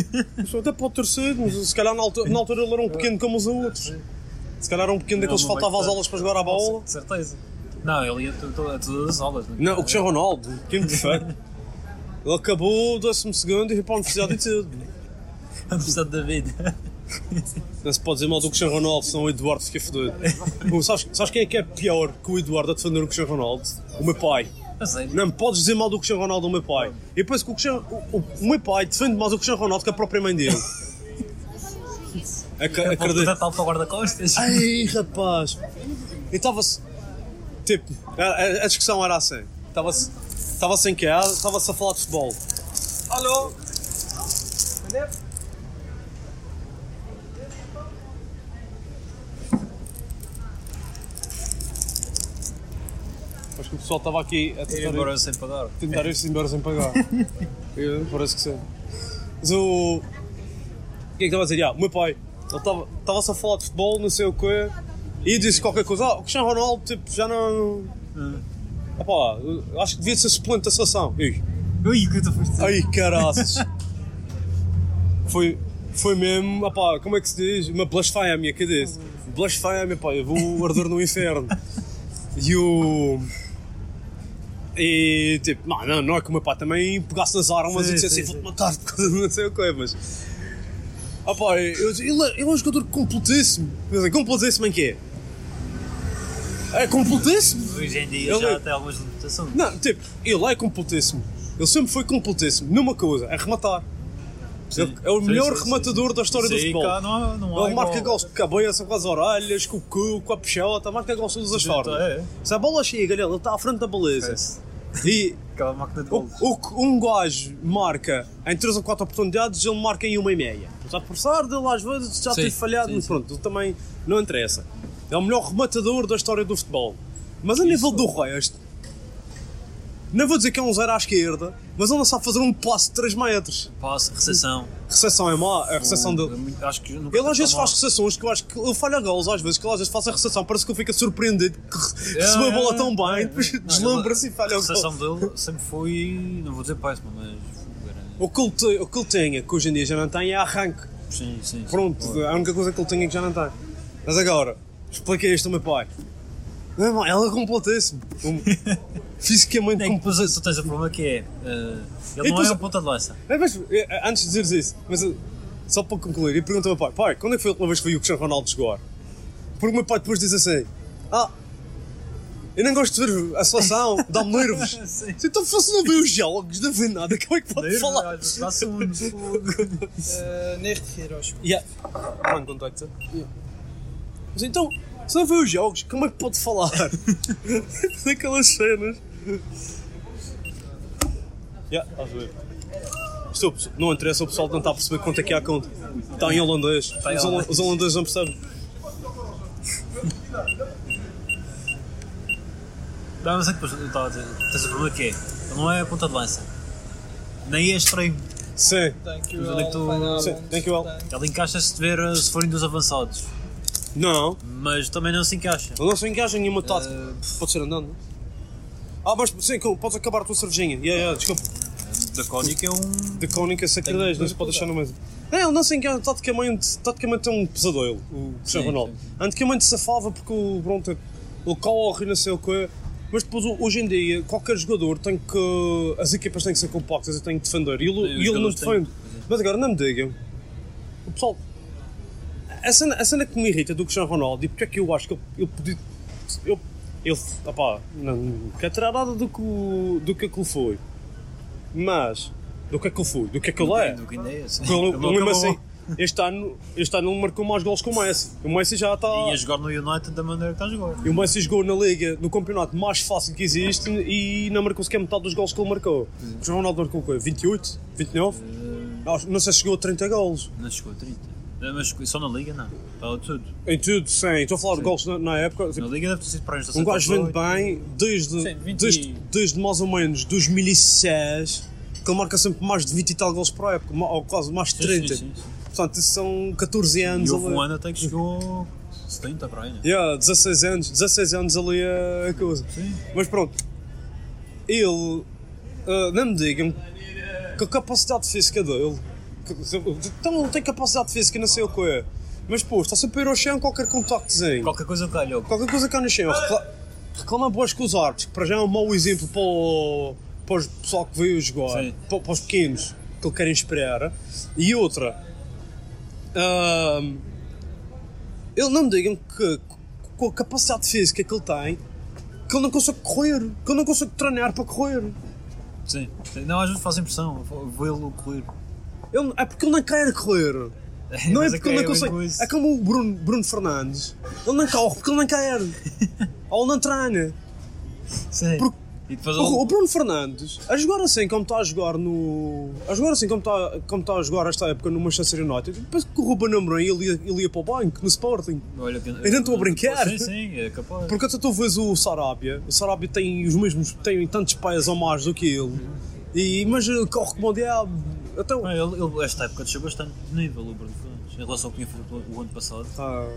B: Só até pode ter sido, mas se calhar na altura, na altura ele era um pequeno como os outros. Se calhar era um pequeno daqueles que
C: Não, não vai
B: faltava às
C: estar.
B: aulas para jogar a bola.
C: De certeza. Não, ele ia to- to- a todas as aulas. né?
B: Não, o Cristiano Ronaldo, quem prefere? Ele acabou, décimo segundo e foi para a universidade e tudo.
C: A Universidade da Vida.
B: Não se pode dizer mal do Cristiano Ronaldo, senão o Eduardo fica fodido. Bom, sabes, sabes quem é que é pior que o Eduardo a defender o Cristiano Ronaldo? O meu pai.
C: Não sei.
B: Não me podes dizer mal do Cristiano Ronaldo, o meu pai. E penso que o, Cristiano, o, o- o meu pai defende mais o Cristiano Ronaldo que a própria mãe dele. Ac
C: Acredito.
B: acredito.
C: tal para o guarda-costas.
B: Ai, rapaz. E estava-se. Tipo, a, a- a discussão era assim. Estava-se estava em casa, estava-se a falar de futebol.
D: Alô?
B: Acho que o pessoal estava aqui a
C: E
B: tentar,
C: agora sem pagar.
B: tentar ir-se embora sem pagar. Eu, parece que sim. Mas o. O que é que estava a dizer? Ah, o meu pai, ele estava- estava-se a falar de futebol, não sei o quê, e disse qualquer coisa. Ah, o Cristiano Ronaldo, tipo, já não. Opá, eu acho que devia ser suplente da seleção. Ih.
C: Ui, o que tu foste dizer?
B: Ai, caraças. foi, foi mesmo, opá, como é que se diz? Uma blasfémia à minha cabeça. Blasfémia, pá, eu vou arder no inferno. E o... E tipo, não, não, não é que o meu pai também pegasse nas armas e
C: Sim,
B: dissesse
C: sim,
B: assim, vou-te matar por causa de não sei o que, mas... Opá, eu, ele, é- ele é um jogador completíssimo. Quer dizer, Completíssimo em quê? É completíssimo?
C: Hoje em dia
B: Ele- é
C: já tem algumas limitações.
B: Não, tipo, ele é completíssimo. Ele sempre foi completíssimo numa coisa, é rematar. Ele é o
C: Sim,
B: melhor
C: sim, sim,
B: rematador da história do
C: Sim,
B: futebol.
C: cá não há, não há
B: ele marca
C: igual.
B: gols de cabeça, com as orelhas, com o cu, com a peixota, marca gols de todas as formas.
C: é.
B: Se a bola chega, ele ele está à frente da beleza. E
C: Aquela máquina de
B: o,
C: gols.
B: o que um gajo marca em 3 ou 4 oportunidades, ele marca em uma e meia. Mas apesar dele às vezes já
C: Sim,
B: ter falhado,
C: sim,
B: mas
C: sim.
B: pronto, ele também não interessa. É o melhor rematador da história do futebol. Mas a nível do resto, não vou dizer que é um zero à esquerda, mas ele não sabe fazer um passo de 3 metros.
C: Passo, recessão.
B: Recepção é má, a recepção dele.
C: Muito- Acho que nunca
B: Ele às vezes
C: tão mal.
B: faz recepções que eu acho que ele falha gols, às vezes que ele às vezes faz a recepção, parece que ele fica surpreendido que re-
C: É,
B: recebeu a bola tão bem, depois deslambra-se e falha
C: A
B: o gol.
C: recepção dele sempre foi, não vou dizer péssima, mas.
B: O que, ele te- o que ele tinha, que hoje em dia já não tem, é arranque.
C: Sim, sim. sim.
B: Pronto, é a única coisa que ele tinha que já não tem. Mas agora, expliquei isto ao meu pai. Meu irmão, ela é completíssimo. Um- Fisicamente
C: É que
B: completíssimo.
C: depois só tens o problema que é. eh, ele
B: E
C: não
B: tu-
C: é a ponta de lança.
B: É, mas, é, antes de dizeres isso, mas eh, só para concluir, eu pergunto ao meu pai, pai, quando é que foi a última vez que vi o Cristiano Ronaldo jogar? Porque o meu pai depois diz assim, ah, eu não gosto de ver a seleção, dá-me nervos.
C: Sim.
B: Se então fosse não ver os jogos, não ver nada, como é que pode falar?
C: Dá-se um.
D: Eh, Neste Heroes.
B: Yeah. Mano, contacta. Mas então, se não vê os jogos, como é que pode falar? Daquelas cenas. Yeah, estás a ver. Isto é o pessoal- não interessa, o pessoal não está a perceber quanto é que há conta. Está em holandês.
C: em
B: os, holan- os holandeses não percebem.
C: Não, mas é que depois eu estava a dizer. Tens o problema que é. Ele não é a ponta de lança. Nem é extremo.
B: Sim.
D: Thank you.
C: Mas onde é que tu-
D: all,
B: Sim,
D: final
B: thank you all.
D: round.
C: Ele encaixa-se de ver eh, se forem dos avançados.
B: Não.
C: Mas também não se encaixa.
B: Ele não se engaja em nenhuma tática. Pode ser andando. não? Ah, mas sim, com- podes acabar a tua cervejinha. Yeah, yeah, desculpa.
C: Da Cónica é um.
B: de cónica sacrilégio, não se pode deixar na mesa. Não, ele não se engana, taticamente, taticamente é um pesadelo, o Cristiano Ronaldo. Antigamente safava porque o Bronte, ele corre e não sei o quê, mas depois ho- hoje em dia qualquer jogador tem que. as equipas têm que ser compactas e têm que defender e ele,
C: Sim, os
B: e ele não
C: jogadores têm
B: defende. Mas agora não me digam, o pessoal. A cena, a cena que me irrita do Cristiano Ronaldo e porque é que eu acho que ele, ele podia. Ele, ele, opá, não quero tirar nada do que, o- do que aquilo foi. Mas, do que é que ele foi, do que é que ele é.
C: Do que ainda é esse.
B: Pelo,
C: Ele não
B: pelo mesmo
C: acabou.
B: assim, este ano, este ano ele marcou mais gols que o Messi. O Messi já está.
C: E a jogar no United da maneira que está a jogar.
B: E o Messi jogou na Liga, no campeonato mais fácil que existe e não marcou sequer metade dos gols que ele marcou. O João Ronaldo marcou o quê? 28? 29?
C: Eh,
B: Não, não sei se chegou a 30 gols.
C: Não chegou a 30. Não, Mas só na Liga não. Estava tudo.
B: Em tudo, sim. Estou a falar de gols na, na época.
C: Na
B: Tipo,
C: Liga deve ter sido para uns
B: um gajo
C: 17,
B: vende bem desde,
D: Sim, 20
B: desde, desde mais ou menos 2006, que ele marca sempre mais de 20 e tal gols por época, ma- ou quase mais de 30.
C: Sim, sim, sim.
B: Portanto, isso são 14 anos.
C: E houve
B: ali.
C: um ano até que chegou 70 para aí, né?
B: Yeah, 16 anos, 16 anos ali a a coisa. Mas pronto, ele, ah, não me digam que a capacidade física dele, que- então ele tem capacidade física, não sei o que é, mas pô, está sempre a ir ao chão qualquer contactozinho,
C: Qualquer coisa calhou.
B: qualquer coisa cá no chão, recla- reclamam boas com os árbitros, que para já é um mau exemplo para o, para o pessoal que veio jogar,
C: Sim.
B: para, para os pequenos que ele querem esperar. E outra, ahm, ele não me digam que com a capacidade física que ele tem, que ele não consegue correr, que ele não consegue treinar para correr.
C: Sim. sim. Não, às vezes faz impressão. Vê-lo correr.
B: Ele- é porque ele não quer correr. Não é
C: Mas
B: porque ele não
C: é
B: consegue.
C: coisa.
B: É como o Bruno, Bruno Fernandes. Ele não corre porque ele não quer. Ou não treina.
C: Sim.
B: Porque-
C: E depois ele-
B: O, o Bruno Fernandes, a jogar assim como está a jogar no. A jogar assim como está, como está a jogar esta época no Manchester United, depois que o Ruben Amorim ele, ia- ele ia para o banco, no Sporting.
C: Olha, eu
B: não estou a brincar.
C: Sim, sim, é capaz.
B: Porque até tu vês o Sarabia, o Sarabia tem os mesmos, tem tantos pés ou mais do que ele. E, mas ele corre como o diabo. Até o-
C: Não, ele, ele, esta época desceu bastante de nível o Bruno Fernandes, em relação ao que tinha feito o ano passado.
B: Ah,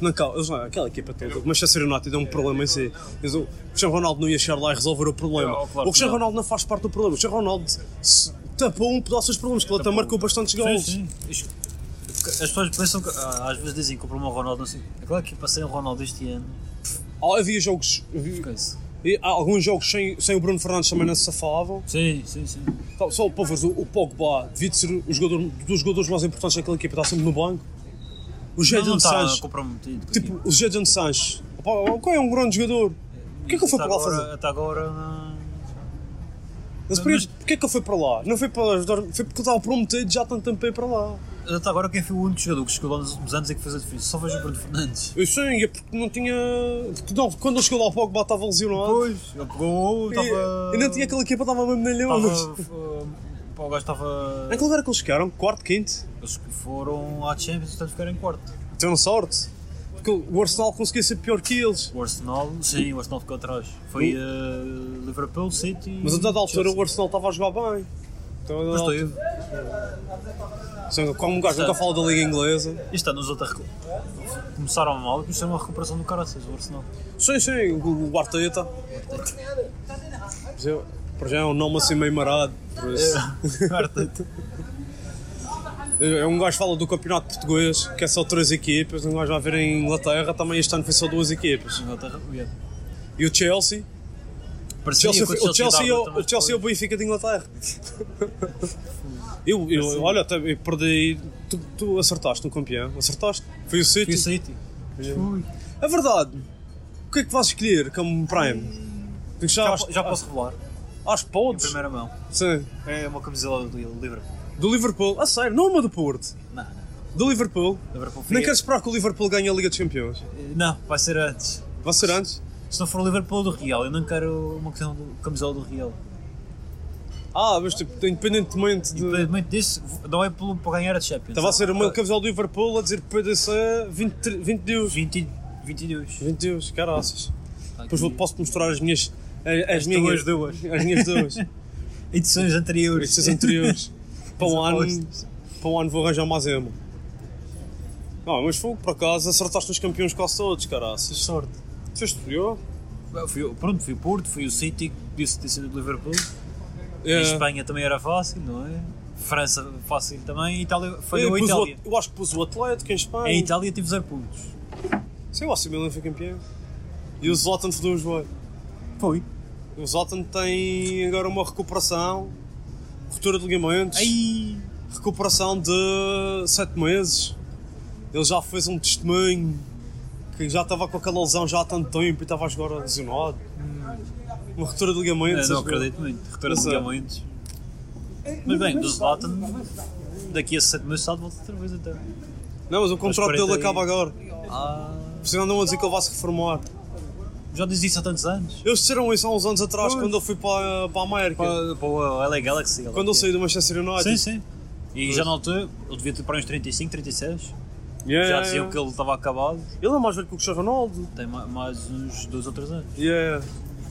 B: não, calma, eles não, aquela equipa toda, o Manchester United é um problema em si. Mas O Cristiano Ronaldo não ia chegar lá e resolver o problema.
C: É, claro que
B: o Cristiano
C: não.
B: Ronaldo não faz parte do problema. O Cristiano Ronaldo se- tapou um pedaço dos problemas, que ele até marcou bastantes gols.
C: Sim, sim. Isto- As pessoas pensam que, ah, às vezes dizem que o problema é o Ronaldo, não sei. É claro que passei o Ronaldo este ano.
B: Ah, havia jogos, havia-
C: Esquece.
B: e há alguns jogos sem, sem o Bruno Fernandes também não se safavam.
C: Sim, sim, sim.
B: Só- Só para veres, o, o Pogba devia de ser o jogador, dos jogadores mais importantes daquela equipa, está sempre no banco. O
C: Não, não tá
B: Jadon
C: está
B: Sancho,
C: comprometido. com
B: tipo, o Jadon Sancho, Opa, o qual é um grande jogador? Porquê que ele foi
C: Até
B: para lá
C: Tá agora-
B: fazer?
C: Até agora não.
B: Mas por porquê que ele foi para lá? Não foi para ajudar, foi porque ele estava prometido já há tanto tempo para ir para lá.
C: Até agora quem foi o único jogador que chegou lá nos últimos anos é que fez a diferença. Só fez o Bruno Fernandes.
B: Eu sei, é porque não tinha. porque não, quando ele chegou lá, o Pogba estava lesionado.
C: Pois, ele pegou,
B: E-
C: estava.
B: E, não tinha aquela equipa, estava mesmo na
C: Estava.
B: leão.
C: eh, pá, O gajo estava.
B: Em que lugar é que eles ficaram? Quarto, quinto?
C: Eles foram à Champions e portanto ficaram em quarto.
B: Tiveram um sorte. Porque o Arsenal conseguia ser pior que eles.
C: O Arsenal, sim, o Arsenal ficou atrás. Foi eh, Liverpool, City.
B: Mas a dada altura
C: Chelsea.
B: o Arsenal estava a jogar bem. Então, a dada
C: Mas
B: altura-
C: estou eu.
B: Sim, como um gajo nunca fala da Liga Inglesa.
C: Isto nos outros começaram mal e começaram uma recuperação do caraças, o Arsenal.
B: Sim, sim, o, o Arteta. Por exemplo, Para já é um nome assim meio marado. Por isso. É um gajo que fala do campeonato português, que é só três equipas, um gajo vai ver em Inglaterra, também este ano foi só duas equipas.
C: Inglaterra, yeah.
B: E o Chelsea? O
C: Parecia
B: Chelsea,
C: que
B: foi- o Chelsea, é
C: dava
B: o-
C: também,
B: o Chelsea é o Benfica de Inglaterra. Eu,
C: Assim.
B: eu, olha, até eu perdi. Tu, tu acertaste no campeão, acertaste? Foi o
C: E o
B: City.
C: City.
B: É verdade. O que é que vais escolher como Prime? Porque Já,
C: Hum. Já, já posso revelar,
B: Acho que
C: em
B: podes.
C: primeira mão.
B: Sim.
C: É uma camisola do Liverpool.
B: Do Liverpool. A sério, não uma do Porto.
C: Não, não.
B: Do Liverpool.
C: Liverpool
B: Nem
C: fica-
B: quero esperar que o Liverpool ganhe a Liga dos Campeões.
C: Não, vai ser antes.
B: Vai ser antes?
C: Se não for o Liverpool do Real, eu não quero uma camisola do, camisola do Real.
B: Ah, mas tipo, independentemente de.
C: Independentemente disso, não é pelo- para ganhar a Champions. Tá.
B: Estava a ser uma camisola do Liverpool a dizer PDC 20, 20 deus.
C: 20, 22.
B: 20 deus, caraças.
C: Está
B: Depois vou-
C: Tá aqui.
B: posso mostrar as minhas. eh, As, as minhas
C: tuas duas.
B: As minhas duas.
C: Edições anteriores.
B: Estas anteriores. Para um ano.
C: apostas.
B: Para um ano vou arranjar mais uma. Não, mas fogo, por acaso acertaste nos campeões quase todos, caraças.
C: Sorte.
B: Fez-te pior.
C: Fui, o- pronto, fui o Porto, fui o City, disse ter sido do Liverpool.
B: É.
C: Em Espanha também era fácil, não é? França fácil também. Itália,
B: Eu,
C: falhou a
B: pus o-
C: Itália.
B: eu acho que pus o Atlético em Espanha.
C: Em Itália tive zero pontos.
B: Sim, o AC Milan foi campeão. E o Zlatan fodeu o joelho.
C: Foi.
B: O Zlatan tem agora uma recuperação, ruptura de ligamentos,
C: Aí.
B: recuperação de 7 meses. Ele já fez um testemunho que já estava com aquela lesão já há tanto tempo e estava a jogar lesionado. Uma ruptura de ligamentos.
C: Não
B: a jogar.
C: acredito muito. Retorno
B: Mas,
C: de
B: é.
C: ligamentos. Mas bem, do Zlatan, daqui a 7 meses está de volta outra vez até.
B: Não, mas o contrato dele
C: 40 e-
B: acaba agora.
C: Ah.
B: Senão não vão dizer que ele vai se reformar.
C: Já diz isso há tantos anos.
B: Eles disseram isso há uns anos atrás, quando ele foi para, para a América.
C: Para, para o LA Galaxy. lá
B: Quando ele
C: que é.
B: saiu do Manchester United.
C: Sim, sim. E já na altura, ele devia ter para uns 35, 36.
B: Yeah,
C: Já
B: yeah,
C: diziam
B: yeah.
C: que ele estava acabado.
B: Ele é mais velho que o Cristiano Ronaldo.
C: Tem ma- mais uns 2 ou 3 anos.
B: Yeah.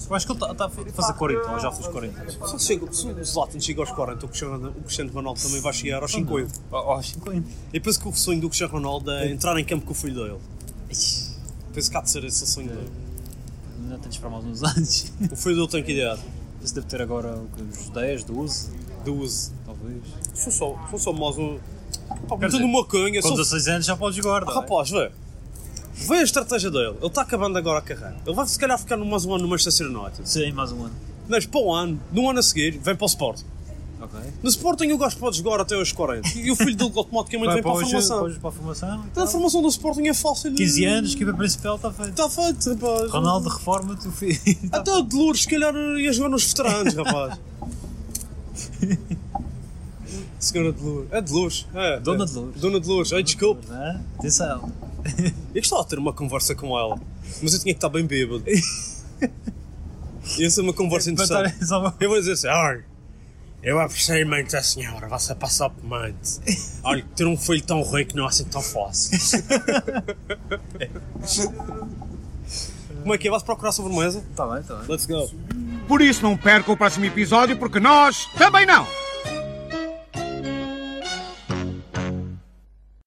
C: Eu acho que ele está a fazer 40, ou já fez 40.
B: Só chega, se o Zlatan chega aos 40, o Cristiano, o Cristiano Ronaldo também vai chegar aos 50.
C: Aos 50.
B: Eu penso que o sonho do Cristiano Ronaldo é entrar em campo com o filho dele. Penso que há de ser esse o sonho dele.
C: Ainda tens para mais uns anos.
B: O filho dele tem que idade.
C: Isso deve ter agora o quê? uns 10, 12,
B: 12.
C: talvez.
B: Sou só, sou só mais um. Pá,
C: dizer,
B: Metendo uma canha.
C: Com
B: Sou...
C: 16 anos já podes jogar, não é?
B: Rapaz, vê. Vê a estratégia dele. Ele está acabando agora a carreira. Ele vai se calhar ficar mais um ano no Manchester United.
C: Sim, mais um ano.
B: Mas para o ano, no ano a seguir, vem para o Sporting.
C: Ok.
B: No Sporting o gajo pode jogar até aos 40. E o filho dele automaticamente vem para a
C: hoje,
B: formação.
C: Depois para a formação.
B: Então,
C: e
B: A
C: tal.
B: formação do Sporting é fácil.
C: 15 anos, equipa principal está feita.
B: Está feito, rapaz.
C: Ronaldo, reforma-te o filho.
B: Até o Delores, se calhar, ia jogar nos veteranos, rapaz. Senhora Delores. É Delores. É,
C: Dona
B: é.
C: Delores.
B: Dona Delores. Ai, desculpe.
C: Né? Atenção.
B: Eu gostava de ter uma conversa com ela, mas eu tinha que estar bem bêbado. Ia ser uma conversa
C: Para
B: interessante.
C: estar só uma-
B: Eu vou dizer assim, olha, eu apreciei muito a senhora, você passou por muito. Olha, ter um filho tão ruim que não é assim tão fácil. Como é que é? Vais procurar sobremesa?
C: Está bem, está bem.
B: Let's go.
H: Por isso não perca o próximo episódio, porque nós também não!